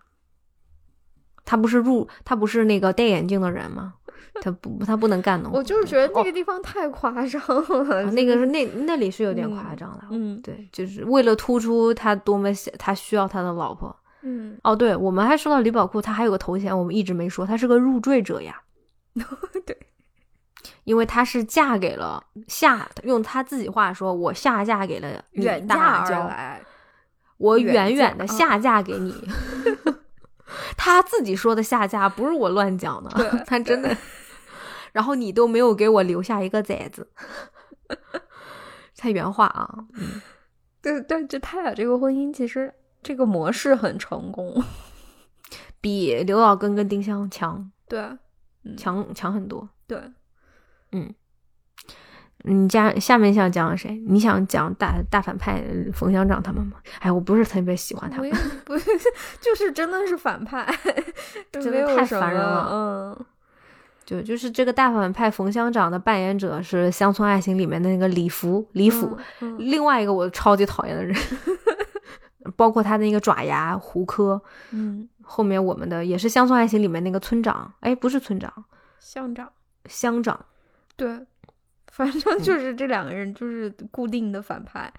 A: 他不是入，他不是那个戴眼镜的人吗？他不，他不能干农活。
B: 我就是觉得那
A: 哦
B: 个地方太夸张了，
A: 啊那个是那那里是有点
B: 嗯
A: 夸张了。
B: 嗯
A: 对，就是为了突出他多么想他需要他的老婆。
B: 嗯，
A: 哦，对，我们还说到李宝库，他还有个头衔，我们一直没说，他是个入赘者呀。
B: 对，
A: 因为他是嫁给了下，用他自己话说，我下嫁给了你
B: 远
A: 大
B: 嫁
A: 辣
B: 而
A: 椒，
B: 来，
A: 我
B: 远
A: 远远
B: 见
A: 的
B: 啊
A: 下嫁给你。 他自己说的下嫁，不是我乱讲的，他真 的。然后你都没有给我留下一个崽子，他原话啊，
B: 对对，就他俩这个婚姻其实这个模式很 成功。
A: 比刘老根跟丁香强
B: 对 嗯
A: 强强很多。
B: 对，
A: 你家下面想讲谁？你想讲大大反派呃冯乡长他们吗？哎，我不是特别喜欢他
B: 我也
A: 们。
B: 不 就是真的是反派，
A: 的
B: 没有
A: 太
B: 什
A: 烦人
B: 么
A: 了
B: 嗯，
A: 就就是这个大反派冯乡长的扮演者是《乡村爱情》里面的那个李福，李福。
B: 嗯嗯
A: 另外一个我超级讨厌的人， 包括他那个爪牙胡科，
B: 嗯，
A: 后面我们的也是《乡村爱情》里面那个村长，哎，不是村长，
B: 乡长
A: 乡长。
B: 对。反
A: 嗯
B: 正就是这两个人就是固定的反派，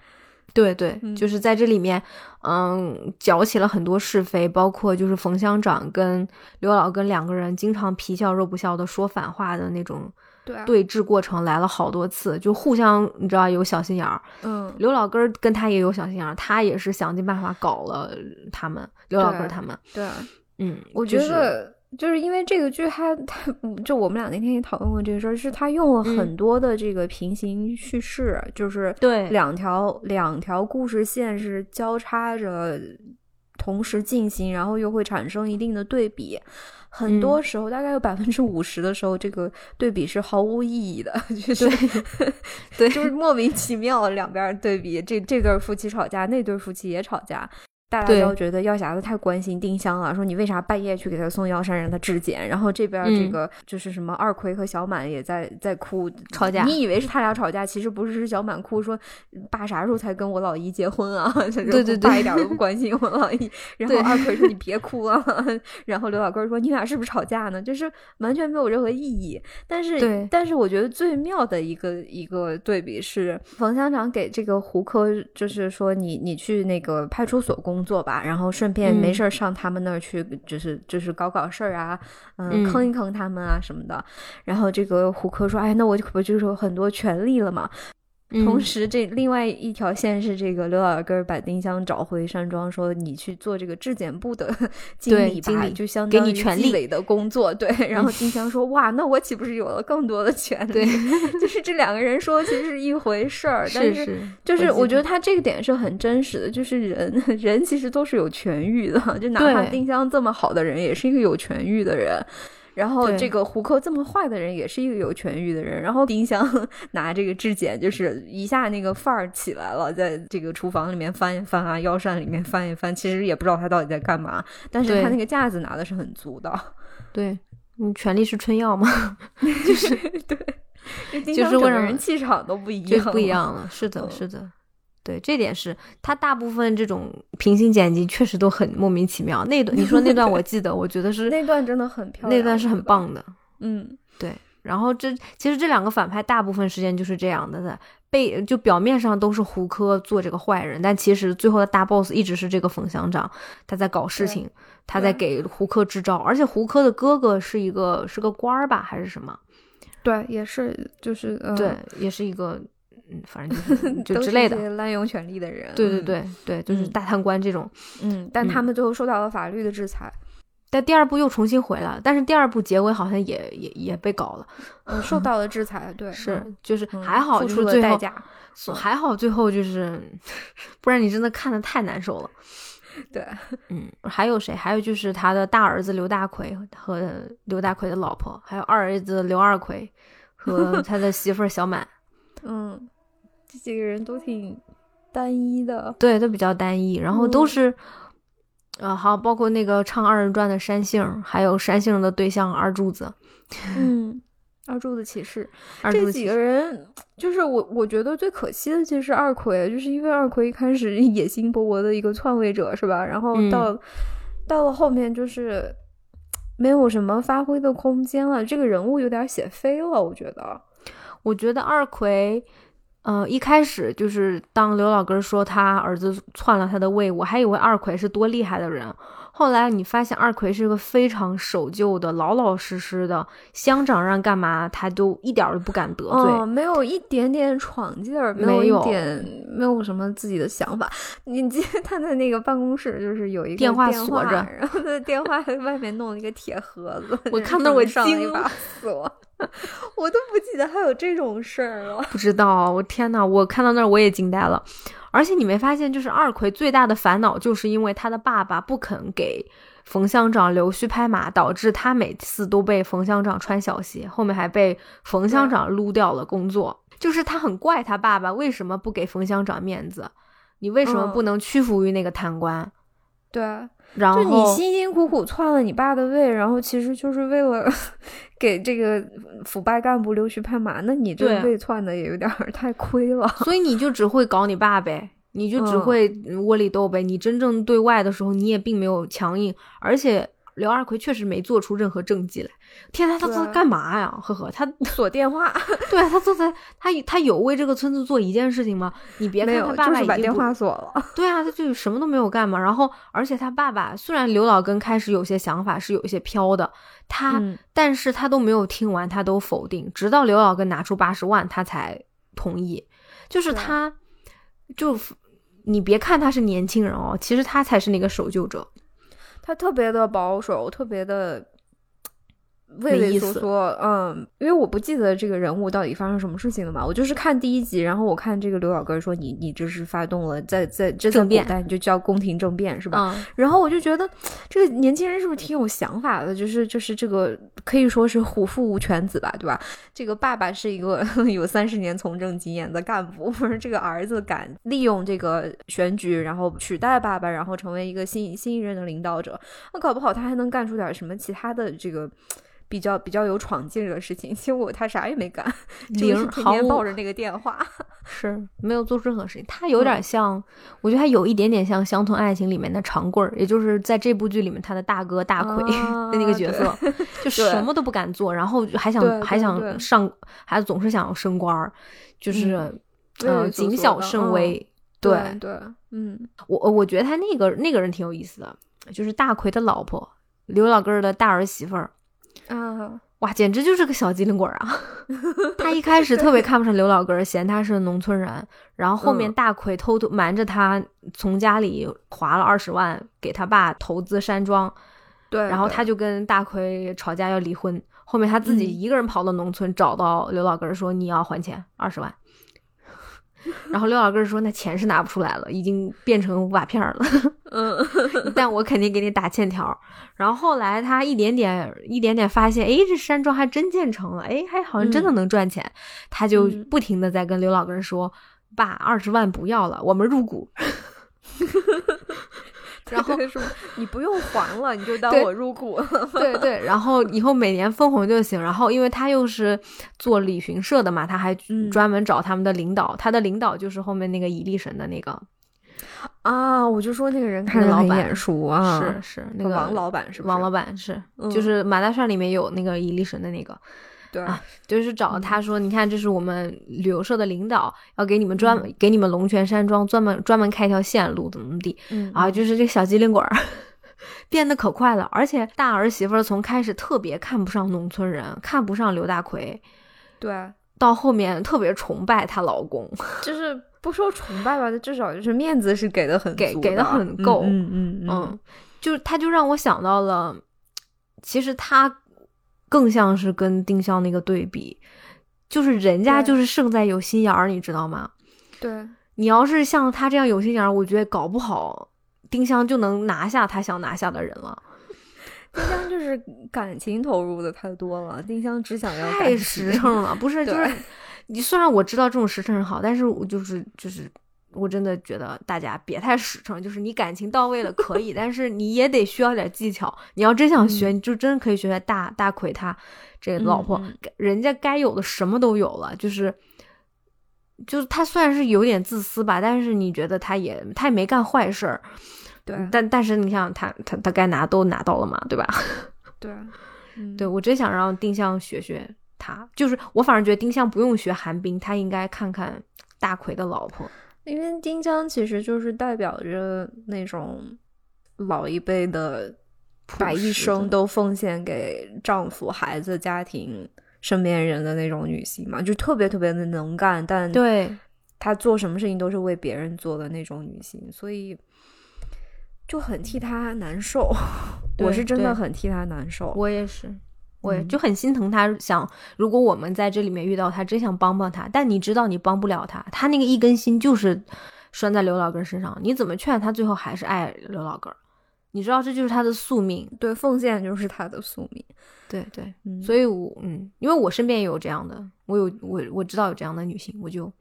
A: 对对，
B: 嗯
A: 就是在这里面，嗯，搅起了很多是非，包括就是冯乡长跟刘老根两个人经常皮笑肉不笑的说反话的那种
B: 对啊，
A: 对峙过程来了好多次，就互相你知道有小心眼儿，
B: 嗯，
A: 刘老根儿跟他也有小心眼儿，他也是想尽办法搞了他们，刘老根儿
B: 对
A: 他们，
B: 对啊，
A: 嗯，
B: 我觉
A: 就是
B: 得就是因为这个剧它，它嗯就我们俩那天也讨论过这个事儿，是它用了很多的这个平行叙事，就是
A: 嗯对
B: 两条两条故事线是交叉着同时进行，然后又会产生一定的对比。
A: 嗯
B: 很多时候，大概有百分之五十的时候，这个对比是毫无意义的， 就是
A: 对
B: 就是莫名其妙两边儿对比，这这对儿夫妻吵架，那对儿夫妻也吵架。大家
A: 对
B: 都觉得药匣子太关心丁香了，说你为啥半夜去给他送药膳让他质检？然后这边儿这
A: 嗯
B: 个就是什么二奎和小满也在在哭
A: 吵架
B: 你以为是他俩吵架，其实不是，是小满哭说爸啥时候才跟我老姨结婚啊？ 对
A: 对对
B: 爸一点儿都不关心我 老姨。然后
A: 对
B: 二奎说你别哭啊了，然后刘老根儿说你俩是不是吵架呢？就是完全没有任何意义。但
A: 对
B: 是，但是我觉得最妙的一个一个对比是，冯乡长给这个胡科，就是说你你去那个派出所工作吧，然后顺便
A: 嗯
B: 没事儿上他们那儿去，就是就是搞搞事儿啊，嗯，
A: 嗯
B: 坑一坑他们啊什么的。然后这个胡科说，哎，那我可不就是有很多权利了嘛？
A: 嗯
B: 同时这另外一条线是这个刘老根儿把丁香找回山庄，说你去做这个质检 部的经
A: 对
B: 理吧，
A: 经理
B: 就相
A: 给
B: 当
A: 你
B: 于
A: 权
B: 纪
A: 利
B: 委的工作。 对，然后丁香说：“哇，那我岂不是有了更多的权利？”
A: 对
B: 就是这两个人说其实是一回 事儿，但
A: 是是，
B: 就是
A: 我
B: 我
A: 记
B: 觉
A: 得
B: 得他这个点是很真实的，就是人 人其实都是有痊愈的，就哪怕
A: 对
B: 丁香这么好的人，也是一个有痊愈的人。然后
A: 对
B: 这个胡克这么坏的人，也是一个有痊愈的人。然后丁香 拿这个质检，就是一下那个范儿起来了，在这个厨房里面翻一翻啊，药膳里面翻一翻，其实也不知道他到底在干嘛，但是
A: 对
B: 他那个架子拿的是很 足的。
A: 对，嗯，权力是春药嘛，
B: 就
A: 就
B: 丁香
A: 是
B: 整
A: 会
B: 个
A: 让
B: 人气场都不一
A: 就
B: 样，
A: 不一。样了。是的，
B: 嗯
A: 是的，对，这点是他大部分这种平行剪辑确实都很莫名其妙。那段你说那段我记得，我觉得是
B: 那段真的很漂亮，
A: 那段是很棒的。
B: 嗯。
A: 对，然后这其实这两个反派大部分时间就是这样的，在被就表面上都是胡科做这个坏人，但其实最后的大 boss 一直是这个冯乡长，他在搞事
B: 对
A: 情，他在
B: 对
A: 给胡科支招，而且胡科的哥哥是一个是个官儿吧，还是什么？
B: 对，也是，就是、呃、
A: 对，，也是一个，嗯，反正就是 就
B: 都
A: 之
B: 是
A: 类
B: 一
A: 的。
B: 些滥用权力的人。
A: 对对
B: 嗯，
A: 对对，就是
B: 嗯
A: 大贪官这种。
B: 嗯，但他
A: 嗯
B: 们最后受到了法律的 制裁，
A: 但第二部又重新回来了，但是第二部结尾好像也也也被搞了，
B: 呃，受到了制裁，对，
A: 是
B: 嗯
A: 就是
B: 嗯
A: 还好
B: 付
A: 就
B: 出
A: 是
B: 了
A: 最
B: 代
A: 后
B: 价，嗯
A: 所还好最后就是，不然你真的看的太难受了。
B: 对，
A: 嗯，还有谁？还有就是他的大儿子刘大奎和刘大奎的老婆，还有二儿子刘二奎 和他的媳妇儿小满，
B: 嗯，这几个人都挺单一的，
A: 对，都比较单一，然后都
B: 嗯
A: 是，呃，好，包括那个唱二人转的山杏儿，还有山杏儿的对象二柱子，
B: 嗯，二柱子起誓，
A: 二柱
B: 这
A: 子
B: 几
A: 其
B: 个
A: 实
B: 人。就是我，我觉得最可惜的其实是二奎，就是因为二奎一开始 野心勃勃的一个篡位者是吧？然后
A: 嗯
B: 到、到了后面就是没有什么发挥的空间了，这个人物有点写飞了，我觉得。
A: 我觉得二奎，呃，一开始就是当刘老根说他儿子篡了他的位，我还以为二奎是多厉害的人。后来你发现二奎是个非常守旧的、老老实实的，乡长让干嘛他都一点儿都不敢得罪。
B: 哦，没有一点点闯劲儿，
A: 没
B: 有
A: 有
B: 一点没有什么自己的想法。你记得他的那个办公室就是有一个
A: 电话
B: 话
A: 锁着
B: 然后在电话外面弄了一个铁盒子，
A: 我
B: 就是
A: 看到我
B: 上了一
A: 惊
B: 把锁，我都不记得还有这种事儿了。
A: 不知道，我天呐，我看到那儿我也惊呆了。而且你没发现，就是二奎最大的烦恼，就是因为他的爸爸不肯给冯乡长溜须拍马，导致他每次都被冯乡长穿小鞋，后面还被冯乡长撸掉了工作。就是他很怪他爸爸为什么不给冯乡长面子，你为什么
B: 嗯
A: 不能屈服于那个贪官？
B: 对啊，
A: 然后
B: 就你辛辛苦苦篡了你爸的位，然后其实就是为了 给这个腐败干部溜须拍马，那你这
A: 对啊
B: 位篡的也有点儿太亏了。
A: 所以你就只会搞你爸呗，你就只
B: 嗯
A: 会窝里斗呗。你真正对外的时候，你也并没有强硬，而且刘二奎确实没做出任何政绩来。天呐，他
B: 对
A: 他
B: 啊
A: 干嘛呀？呵 呵，他
B: 锁电话，
A: 对啊他坐在他他有为这个村子做一件事情吗？你别
B: 没
A: 看他，
B: 有
A: 爸
B: 就
A: 爸
B: 是
A: 已
B: 把
A: 经
B: 电
A: 不
B: 话锁了。
A: 对啊，他就什么都没有干嘛。然后，而且他爸爸虽然刘老根开始有些想法是有一些飘的，他、
B: 嗯
A: 但是他都没有听完，他都否定，直到刘老根拿出八十万，他才同意。就是
B: 对
A: 他，就你别看他是年轻人哦，其实他才是那个守旧者。
B: 他特别的保守，特别的畏
A: 没意
B: 畏
A: 思
B: 缩缩。嗯，因为我不记得这个人物到底发生什么事情了嘛，我就是看第一集，然后我看这个刘老根说你你这是发动了在在这在
A: 政
B: 古
A: 变
B: 代你就叫宫廷政变是吧？
A: 嗯，
B: 然后我就觉得这个年轻人是不是挺有想法的？就是就是这个可以说是虎父无犬子吧，对吧？这个爸爸是一个 有三十年从政经验的干部， 这个儿子敢利用这个选举，然后取代爸爸，然后成为一个新新一任的领导者，那搞不好他还能干出点什么其他的这个。比较比较有闯劲儿的事情，结果他啥也没 干，就
A: 零
B: 是天
A: 毫
B: 天
A: 无
B: 抱着那个电话。
A: 是没有做出任何事情。他有
B: 嗯
A: 点像，我觉得他有一点点像《乡村爱情》里面的长贵儿，也就是在这部剧里面他的大哥大奎、
B: 啊
A: 的那个角
B: 对
A: 色，就什么都不敢做，然后还想
B: 对对
A: 还想
B: 对嗯
A: 上，还总是想升官儿，就是、
B: 畏畏
A: 呃
B: 缩缩
A: 谨小
B: 的
A: 慎
B: 嗯
A: 微。
B: 对对，嗯，
A: 我我觉得他那个那个人挺有意思的，就是大奎的老婆刘老根儿的大儿媳妇儿，
B: 啊，
A: 哇，简直就是个小机灵鬼儿啊！ 他一开始特别看不上刘老根儿，嫌他是农村人，然后后面
B: 嗯
A: 大奎偷偷瞒着他从家里划了二十万给他爸投资山庄，
B: 对。
A: 然后
B: 对
A: 他就跟大奎吵架要离婚，后面他自己
B: 嗯
A: 一个人跑到农村找到刘老根儿说你要还钱二十万， 然后刘老根儿说那钱是拿不出来了，已经变成瓦片儿了。
B: 嗯，
A: 但我肯定给你打欠条儿。然后后来他一点点一点点发现，诶，这山庄还真建成了，诶，还好像真的能赚钱。他就
B: 嗯
A: 不停的在跟刘老根说：“爸，二十万不要了，我们入 股。
B: 然后是你不用还了，你就当
A: 对
B: 我入股了。”
A: 对对，然后以后每年分红就行。然后因为他又是做旅行社的嘛，他还
B: 嗯
A: 专门找他们的领导，他的领导就是后面那个以力神的那个，
B: 啊！我就说那个人
A: 看着很眼
B: 熟啊
A: 是是那个
B: 嗯王老板是
A: 王老
B: 板
A: 板是，
B: 嗯
A: 就是马大帅里面有那个以力神的那个。
B: 对
A: 啊就是找
B: 嗯
A: 他说，你看，这是我们旅游社的领导，要给你们专、
B: 嗯
A: 给你们龙泉山庄专门专门开一条线路，怎么怎么地
B: 嗯
A: 啊？就是这个小机灵鬼儿 变得可快了，而且大儿媳妇儿从开始特别看不上农村人，看不上刘大奎，
B: 对，啊
A: 到后面特别崇拜她老公，
B: 就是不说崇拜吧，至少就是面子是给的很
A: 给
B: 足
A: 给得
B: 的
A: 很够
B: 嗯嗯嗯
A: 嗯，就是他就让我想到了，其实他更像是跟丁香那个对比，就是人家
B: 对
A: 就是胜在有心眼儿，你知道吗？
B: 对
A: 你要是像他这样有心眼儿，我觉得搞不好丁香就能拿下他想拿下的人了。
B: 丁香就是感情投入的太多了，丁香只想要
A: 太
B: 感
A: 实
B: 情
A: 诚了，不是就
B: 对
A: 是你虽然我知道这种实诚好，但是我就是就是我真的觉得大家别太实诚，就是你感情到位了可以，但是你也得需要点技巧。你要真想学，
B: 嗯
A: 你就真可以学学大大奎他这个老婆，
B: 嗯
A: 人家该有的什么都有了，就是。就是他虽然是有点自私吧，但是你觉得他也他也没干坏事儿，
B: 对
A: 但但是你想他他他该拿都拿到了嘛，对吧？
B: 对
A: 对，
B: 嗯
A: 我真想让丁香学学他，就是我反而觉得丁香不用学韩冰，他应该看看大奎的老婆。
B: 因为丁香其实就是代表着那种老一辈的，把一生都奉献给丈夫、孩子、家庭、身边人的那种女性嘛，就特别特别的能干，但
A: 对
B: 她做什么事情都是为别人做的那种女性，所以就很替她难受。
A: 对
B: 我是真的
A: 对
B: 很替她难受。
A: 我也是，我也
B: 嗯
A: 就很心疼他。想如果我们在这里面遇到他，真想帮帮他，但你知道你帮不了他，他那个一根心就是拴在刘老根身上，你怎么劝他，最后还是爱刘老根儿。你知道这就是他的宿命，
B: 对，奉献就是她的宿命。
A: 对对，
B: 嗯
A: 所以我嗯，因为我身边也有这样的，我有我我知道有这样的女性，我就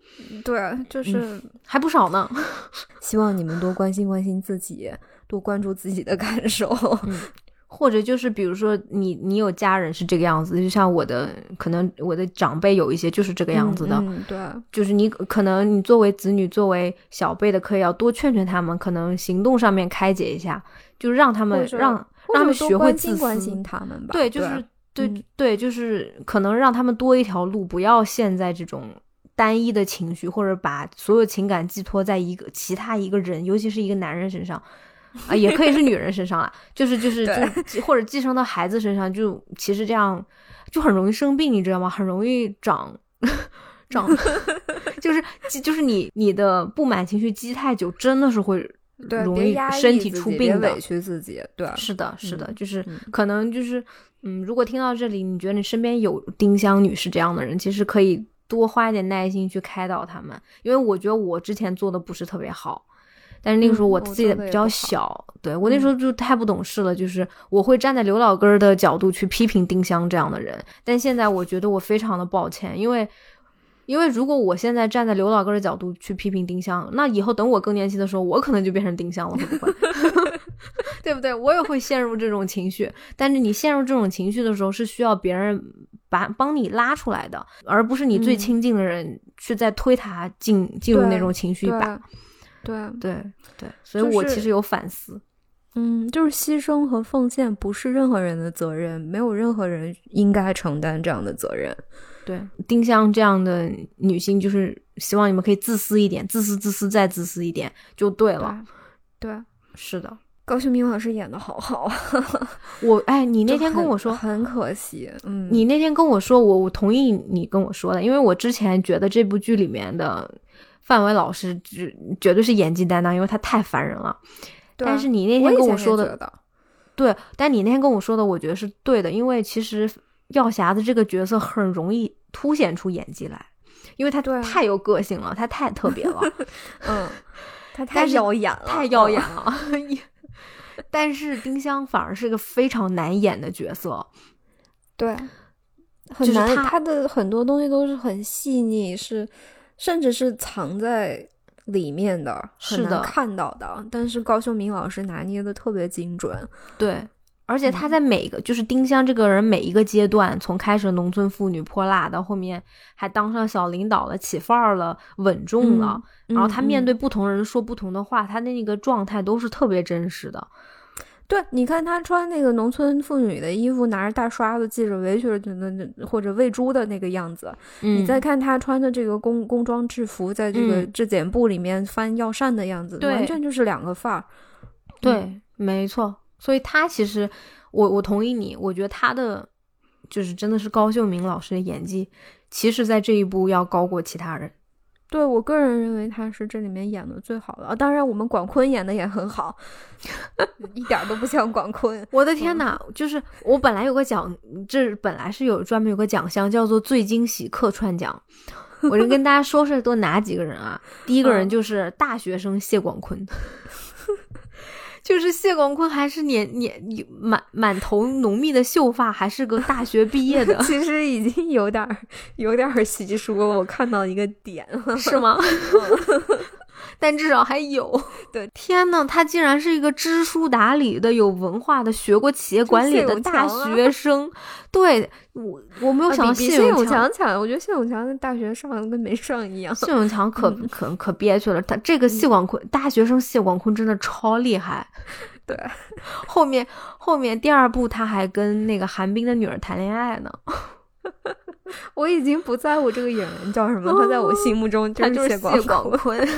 B: 对啊，就是
A: 还不少呢。
B: 希望你们多关心关心自己，多关注自己的感受。
A: 或者就是比如说你你有家人是这个样子，就像我的可能我的长辈有一些就是这个样子的，
B: 嗯嗯对啊，
A: 就是你可能你作为子女作为小辈的，可以要多劝劝他们，可能行动上面开解一下，就让他
B: 或
A: 们
B: 者
A: 让
B: 或
A: 让他
B: 者
A: 们
B: 多
A: 学会
B: 关
A: 自
B: 心
A: 私，
B: 关心他们吧。
A: 对，就是对
B: 嗯
A: 对，就是可能让他们多一条路，不要陷在这种单一的情绪，或者把所有情感寄托在一个其他一个人，尤其是一个男人身上。啊，也可以是女人身上啦，啊就是就是
B: 对
A: 就寄或者寄生到孩子身上，就其实这样就很容易生病，你知道吗？很容易长 长，就是积就是你你的不满情绪积太久，真的是会
B: 对，
A: 容
B: 别
A: 易
B: 压抑
A: 身体
B: 自
A: 出
B: 己
A: 病
B: 别
A: 的
B: 委。屈自己。对，
A: 是的，是的，
B: 嗯
A: 就是
B: 嗯
A: 可能就是，嗯，如果听到这里，你觉得你身边有丁香女士这样的人，其实可以多花一点耐心去开导他们，因为我觉得我之前做的不是特别好，但是那个时候
B: 嗯
A: 我
B: 我
A: 自
B: 做
A: 己
B: 得
A: 比
B: 也
A: 较
B: 不好嗯
A: 小，对我那时候就太不懂事了，就是我会站在刘老根儿的角度去批评丁香这样的人，但现在我觉得我非常的抱歉，因为。因为如果我现在站在刘老根儿的角度去批评丁香，那以后等我更年期的时候，我可能就变成丁香了，会不会？对不对？ 我也会陷入这种情绪，但是你陷入这种情绪的时候，是需要别人把帮你拉出来的，而不是你最
B: 嗯
A: 亲近的人去再推他进、进入那
B: 对
A: 种情绪一
B: 对
A: 把。
B: 啊对啊，
A: 对对，所以
B: 就
A: 我
B: 是
A: 其实有反思，
B: 嗯，就是牺牲和奉献不是任何人的责任，没有任何人应该承担这样的责任。
A: 对丁香这样的女性，就是希望你们可以自私一点，自私自私再自私一点就对
B: 对
A: 了。
B: 啊，对啊，
A: 是的，
B: 高秀敏老师演的好好啊！
A: 我哎， 你那
B: 就
A: 天跟
B: 很
A: 我说。
B: 很可惜，嗯，
A: 你那天跟我说，我我同意你跟我说的，因为我之前觉得这部剧里面的范伟老师绝绝对是演技担当，因为他太烦人了。
B: 对啊
A: 但是你那
B: 我
A: 天
B: 以
A: 跟
B: 前
A: 我
B: 也
A: 说
B: 觉
A: 的，
B: 得
A: 对，但你那天跟我说的，我觉得是对的，因为其实药匣子这个角色很容易凸显出演技来，因为他
B: 对啊
A: 太有个性了，他太特别 了，
B: 嗯，他太
A: 但是
B: 耀眼了，
A: 太耀眼
B: 嗯。
A: 了。 但是丁香反而是个非常难演的角色，
B: 对，
A: 就
B: 很
A: 是
B: 难。
A: 他
B: 他的很多东西都是很细腻，是甚至是藏在里面的，很
A: 是
B: 难
A: 的
B: 看到的。但是高秀敏老师拿捏的特别精准。
A: 对，而且她在每个、就是丁香这个人每一个阶段，从开始农村妇女泼辣，到后面还当上小领导了，起范儿了，稳重了，然后她面
B: 嗯
A: 对不同人说不同的话，她的那个状态都是特别真实的。
B: 对，你看她穿那个农村妇女的衣服，拿着大刷子系着围裙儿的那那或者喂猪的那个样子，
A: 嗯，
B: 你再看她穿的这个工工装制服，在这个
A: 嗯
B: 质检部里面翻药膳的样子，
A: 对
B: 完全就是两个范儿。嗯
A: 对，嗯没错。所以她其实，我我同意你，我觉得她的就是真的是高秀敏老师的演技，其实在这一部要高过其他人。
B: 对我个人认为他是这里面演的最好的，啊、当然我们广坤演的也很好， 一点儿都不像广坤。
A: 我的天呐，就是我本来有个奖，这本来是有专门有个奖项叫做最惊喜客串奖。我就跟大家说说多哪几个人啊？第一个人
B: 嗯，
A: 就是大学生谢广坤， 就是谢广坤还是年年满满头浓密的秀发，还是个大学毕业的
B: 其实已经有点儿有点儿稀疏了，我看到一个点了。
A: 是吗？ 但至少还有。
B: 嗯对，
A: 天呐，他竟然是一个知书达理的、有文化的、学过企业管理
B: 谢
A: 的
B: 永
A: 大
B: 强啊
A: 学生。对我，我没有想到
B: 啊比比谢
A: 永
B: 永。强强，我觉得谢永强在大学上跟没上一样。
A: 谢永强可
B: 嗯
A: 可可憋屈了，他这个谢广坤、大学生谢广坤真的超厉害。
B: 对，
A: 后面后面第二部他还跟那个韩冰的女儿谈恋爱呢，
B: 我已经不在乎这个演员叫什么，他在我心目中
A: 他
B: 就
A: 就是
B: 谢
A: 谢
B: 广
A: 广
B: 坤。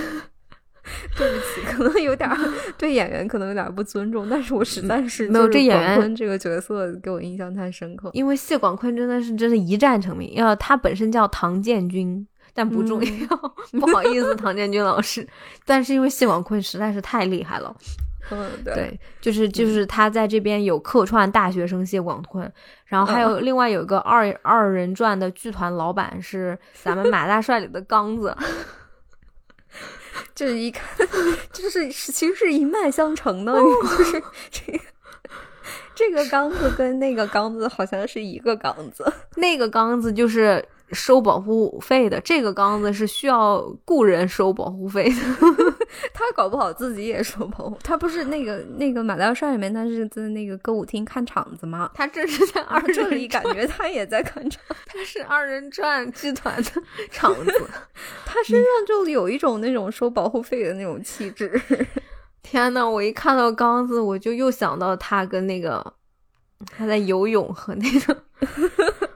B: 对不起，可能有点儿对演员可能有点儿不尊重，但是我实在是
A: 嗯没有
B: 就是
A: 这演
B: 广
A: 员
B: 坤这个角色给我印象太深刻。
A: 因为谢广坤真的是真的一战成名，要他本身叫唐建军，但不重要，不好意思，唐建军老师。但是因为谢广坤实在是啊嗯太厉害了，
B: 嗯，对，
A: 对，就是就是他在这边有客串大学生谢广坤，然后还有另外有一个二二人转的剧团老板是咱们马大帅里的刚 子，
B: 就是一看 就是是其实是一脉相承
A: 哦
B: 的， 就是这个这个刚子跟那个刚子好像是一个刚子。
A: 那个刚子就是。收保护费的这个刚子是需要雇人收保护费的，
B: 他搞不好自己也说不好，他不是那个那个马大帅里面，他是在那个歌舞厅看场子吗？
A: 他这是在
B: 然
A: 二
B: 后
A: 人
B: 这里
A: 转
B: 感觉他也在看 场，
A: 他是二人转剧团的场子。
B: 他身上就有一种那种收保护费的那种气 质。
A: 天呐，我一看到刚子，我就又想到他跟那个他在游泳和那个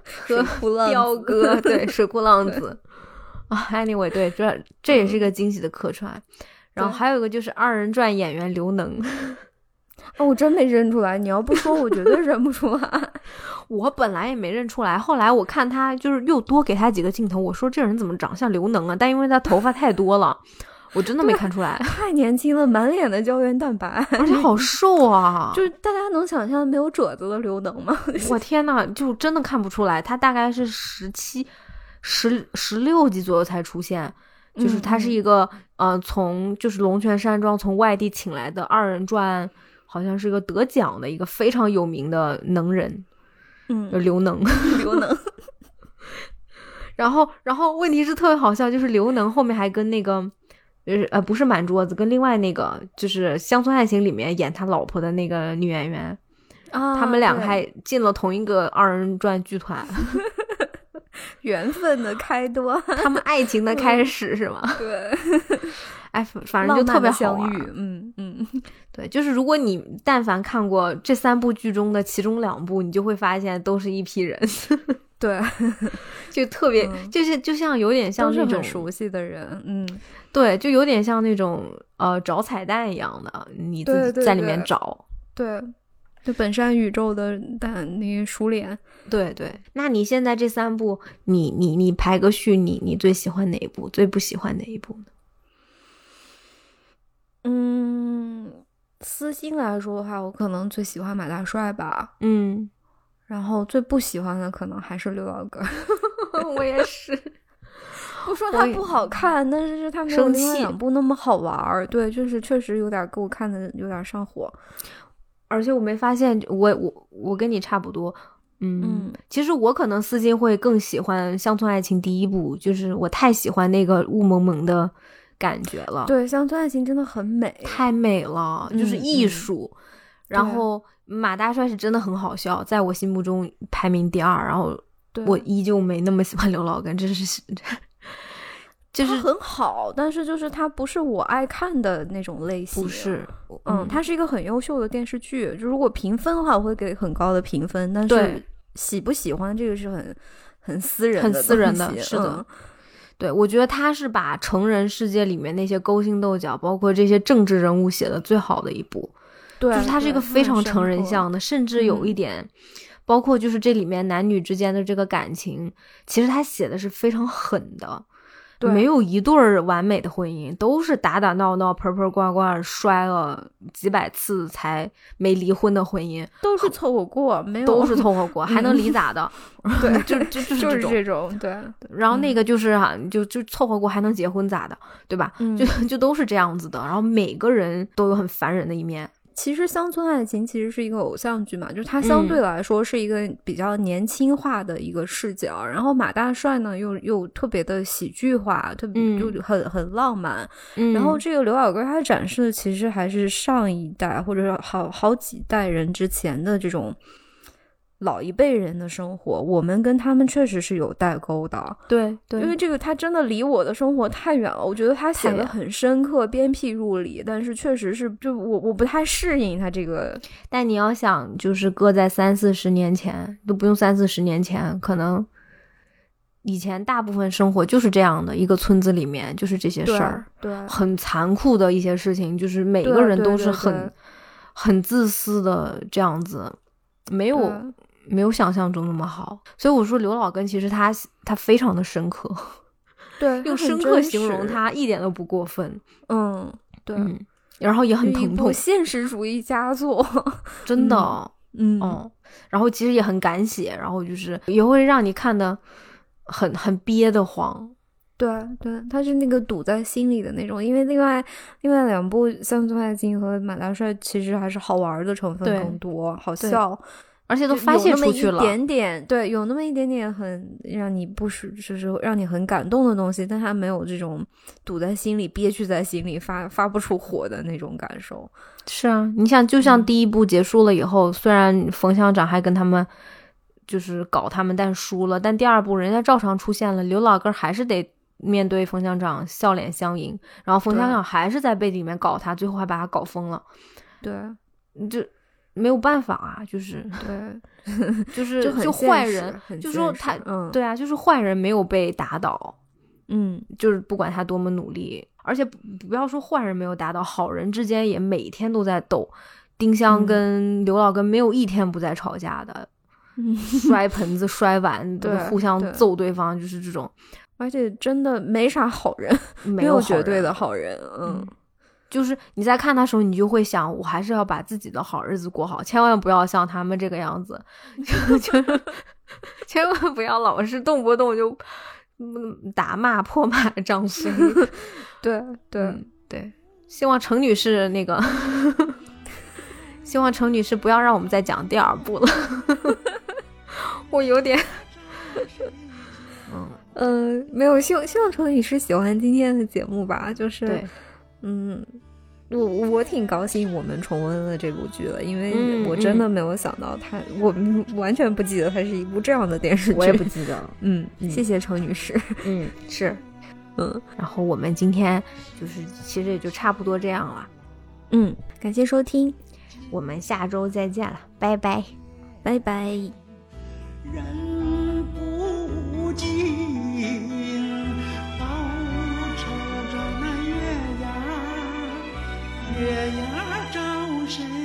A: 和
B: 水库浪子
A: 彪 哥，对水库浪子啊。Anyway，对，这这也是一个惊喜的客串。然后
B: 对
A: 还有一个就是二人转演员刘能，
B: 哦，我真没认出来，你要不说，我绝对认不出来。
A: 我本来也没认出来，后来我看他就是又多给他几个镜头，我说这人怎么长相刘能啊？但因为他头发太多了，我真的没看出来，
B: 太年轻了，满脸的胶原蛋白，
A: 而且好瘦啊，
B: 就是大家能想象没有褶子的刘能吗？
A: 我天呐，就真的看不出来，他大概是十七、十十六集左右才出现。
B: 嗯
A: 就是他是一个、呃，从就是龙泉山庄从外地请来的二人转，好像是一个得奖的一个非常有名的能人，就
B: 嗯，
A: 刘能。
B: 刘能，
A: 然后，然后问题是特别好笑，就是刘能后面还跟那个。呃呃，不是满桌子，跟另外那个就是《乡村爱情》里面演他老婆的那个女演员，
B: 啊
A: 他们俩
B: 对
A: 还进了同一个二人转剧团，
B: 缘分的开端，
A: 他们爱情的开始是吗？
B: 对，
A: 哎，反反正就特别好
B: 浪
A: 玩
B: 漫的相遇，嗯 嗯，
A: 对，就是如果你但凡看过这三部剧中的其中两部，你就会发现都是一批人，
B: 对。
A: 就特别、
B: 嗯
A: 就是就像有点像
B: 都是
A: 那
B: 很
A: 种
B: 熟悉的人，嗯，
A: 对，就有点像那种呃找彩蛋一样的，你
B: 对
A: 自己
B: 对
A: 在里
B: 对
A: 面找。
B: 对，就本山宇宙的但那个熟脸，
A: 对对那你现在这三部，你你你排个序，你你最喜欢哪一部？最不喜欢哪一部呢？
B: 嗯，私心来说的话，我可能最喜欢马大帅吧，
A: 嗯，
B: 然后最不喜欢的可能还是刘老 根儿。
A: 我也是。
B: 不说
A: 我
B: 他
A: 也
B: 不好看，但是是他没有
A: 生
B: 另外
A: 气
B: 两部那么好玩儿，对，就是确实有点给我看的有点上火，
A: 而且我没发现，我我我跟你差不多，嗯，
B: 嗯
A: 其实我可能私心会更喜欢《乡村爱情》第一部，就是我太喜欢那个雾蒙蒙的感觉了，，
B: 对，乡村爱情真的很美，
A: 太美了，
B: 嗯啊
A: 就是艺术。然后马大帅是真的很好笑，在我心目中排名第二，然后
B: 对，
A: 我依旧没那么喜欢刘老根，这是 就
B: 它
A: 是
B: 很好，但是就是它不是我爱看的那种类型，
A: 不是，
B: 嗯，它是一个很优秀的电视剧。就如果评分的话，我会给很高的评分，但是
A: 对
B: 喜不喜欢这个是很很私人的
A: 很
B: 东西，
A: 私人的是的
B: 嗯，
A: 对，我觉得他是把成人世界里面那些勾心斗角，包括这些政治人物写的最好的一部，
B: 对，
A: 就是它是一个
B: 对
A: 非常成人。
B: 很深刻嗯
A: 向的，甚至有一点，包括就是这里面男女之间的这个感情，其实他写的是非常狠的，
B: 对
A: 没有一对儿完美的婚姻，都是打打闹闹、盆盆罐罐摔了几百次才没离婚的婚姻，
B: 都是凑合过，没有
A: 都是凑合过，还能离咋的？
B: 嗯 对
A: 就就就是
B: 就
A: 这
B: 是
A: 种。
B: 这嗯种，对，
A: 然后那个就是啊，就就凑合过还能结婚咋的，对吧？
B: 嗯
A: 就就都是这样子的。然后每个人都有很烦人的一面，
B: 其实《乡村爱情》其实是一个偶像剧嘛，就是它相
A: 嗯
B: 对来说是一个比较年轻化的一个视角，然后马大帅呢又又特别的喜剧化，特别
A: 嗯
B: 就很很浪漫，
A: 嗯
B: 然后这个刘老根儿他展示的其实还是上一代或者是好好几代人之前的这种老一辈人的生活，我们跟他们确实是有代沟的，
A: 对对，
B: 因为这个他真的离我的生活太远了。我觉得他写
A: 太
B: 的
A: 远
B: 很深刻，鞭辟入里，但是确实是就我我不太适应他这个，
A: 但你要想，就是搁在三四十年前，都不用三四十年前，可能以前大部分生活就是这样的一个村子里面就是这些
B: 对
A: 事儿，
B: 对，
A: 很残酷的一些事情，就是每
B: 对
A: 个人
B: 对
A: 都
B: 对
A: 是
B: 对
A: 很很自私的这样子，没有
B: 对
A: 没有想象中那么好。所以我说刘老根其实他他非常的深刻，
B: 对，
A: 用
B: 它很
A: 深刻
B: 真
A: 形容
B: 实，
A: 他一点都不过分。
B: 嗯，对，
A: 嗯，然后也很
B: 是一
A: 疼
B: 部
A: 痛，
B: 现实主义佳作，
A: 真的。
B: 嗯
A: 嗯，然后其实也很敢写，然后就是也会让你看的很很憋得慌。
B: 对对，他是那个堵在心里的那种，因为另外另外两部《乡村爱情》和《马大帅》其实还是好玩的成分
A: 对
B: 更多，好
A: 对
B: 笑，
A: 而且
B: 就
A: 都发泄出去
B: 有那
A: 了，
B: 么一点点，对，有那么一点点很让你不舒，就是让你很感动的东西，但他没有这种堵在心里、憋屈在心里、发发不出火的那种感受。
A: 是啊，你像就像
B: 嗯
A: 第一部结束了以后，虽然冯乡长还跟他们就是搞他们，但输了，但第二部人家照常出现了，刘老根儿还是得面对冯乡长笑脸相迎，然后冯乡
B: 对
A: 长还是在背地里面搞他，最后还把他搞疯了，嗯
B: 对
A: 就没有办法啊，就是
B: 对，
A: 就是
B: 很现
A: 坏
B: 实
A: 人，
B: 很
A: 就
B: 现
A: 说
B: 实
A: 他
B: 嗯
A: 对啊，就是坏人没有被打倒，
B: 嗯
A: 就是不管他多么努力，而且不不要说坏人没有打倒，好人之间也每天都在斗。丁香
B: 嗯
A: 跟刘老根没有一天不在吵架 的，
B: 嗯，
A: 摔盆子、摔碗，都
B: 对
A: 互相
B: 对
A: 揍对方，就是这种
B: 而且真的没啥好人，
A: 没
B: 没有
A: 有
B: 绝对的
A: 好人。
B: 好人，嗯
A: 嗯就是你在看他时候，你就会想，我还是要把自己的好日子过好，千万不要像他们这个样子，就就 千万不要老是动不动就嗯打骂、破骂张飞。
B: 对对。
A: 嗯对，希望程女士那个， 希望程女士不要让我们再讲第二部了。 我有点，嗯，
B: 呃，没有，希望希望程女士喜欢今天的节目吧。就是
A: 对，，
B: 嗯，我我挺高兴我们重温了这部剧了，因为
A: 嗯
B: 我真的没有想到它，我完全不记得它是一部这样的电视剧。
A: 记得了。
B: 嗯，
A: 嗯
B: 谢谢程女士。
A: 嗯，是。
B: 嗯
A: 然后我们今天就是其实也就差不多这样了，
B: 嗯，感谢收听，
A: 我们下周再见了，拜拜。
B: 拜拜。
C: 人不尽，倒抽着那月牙儿，月牙儿照谁？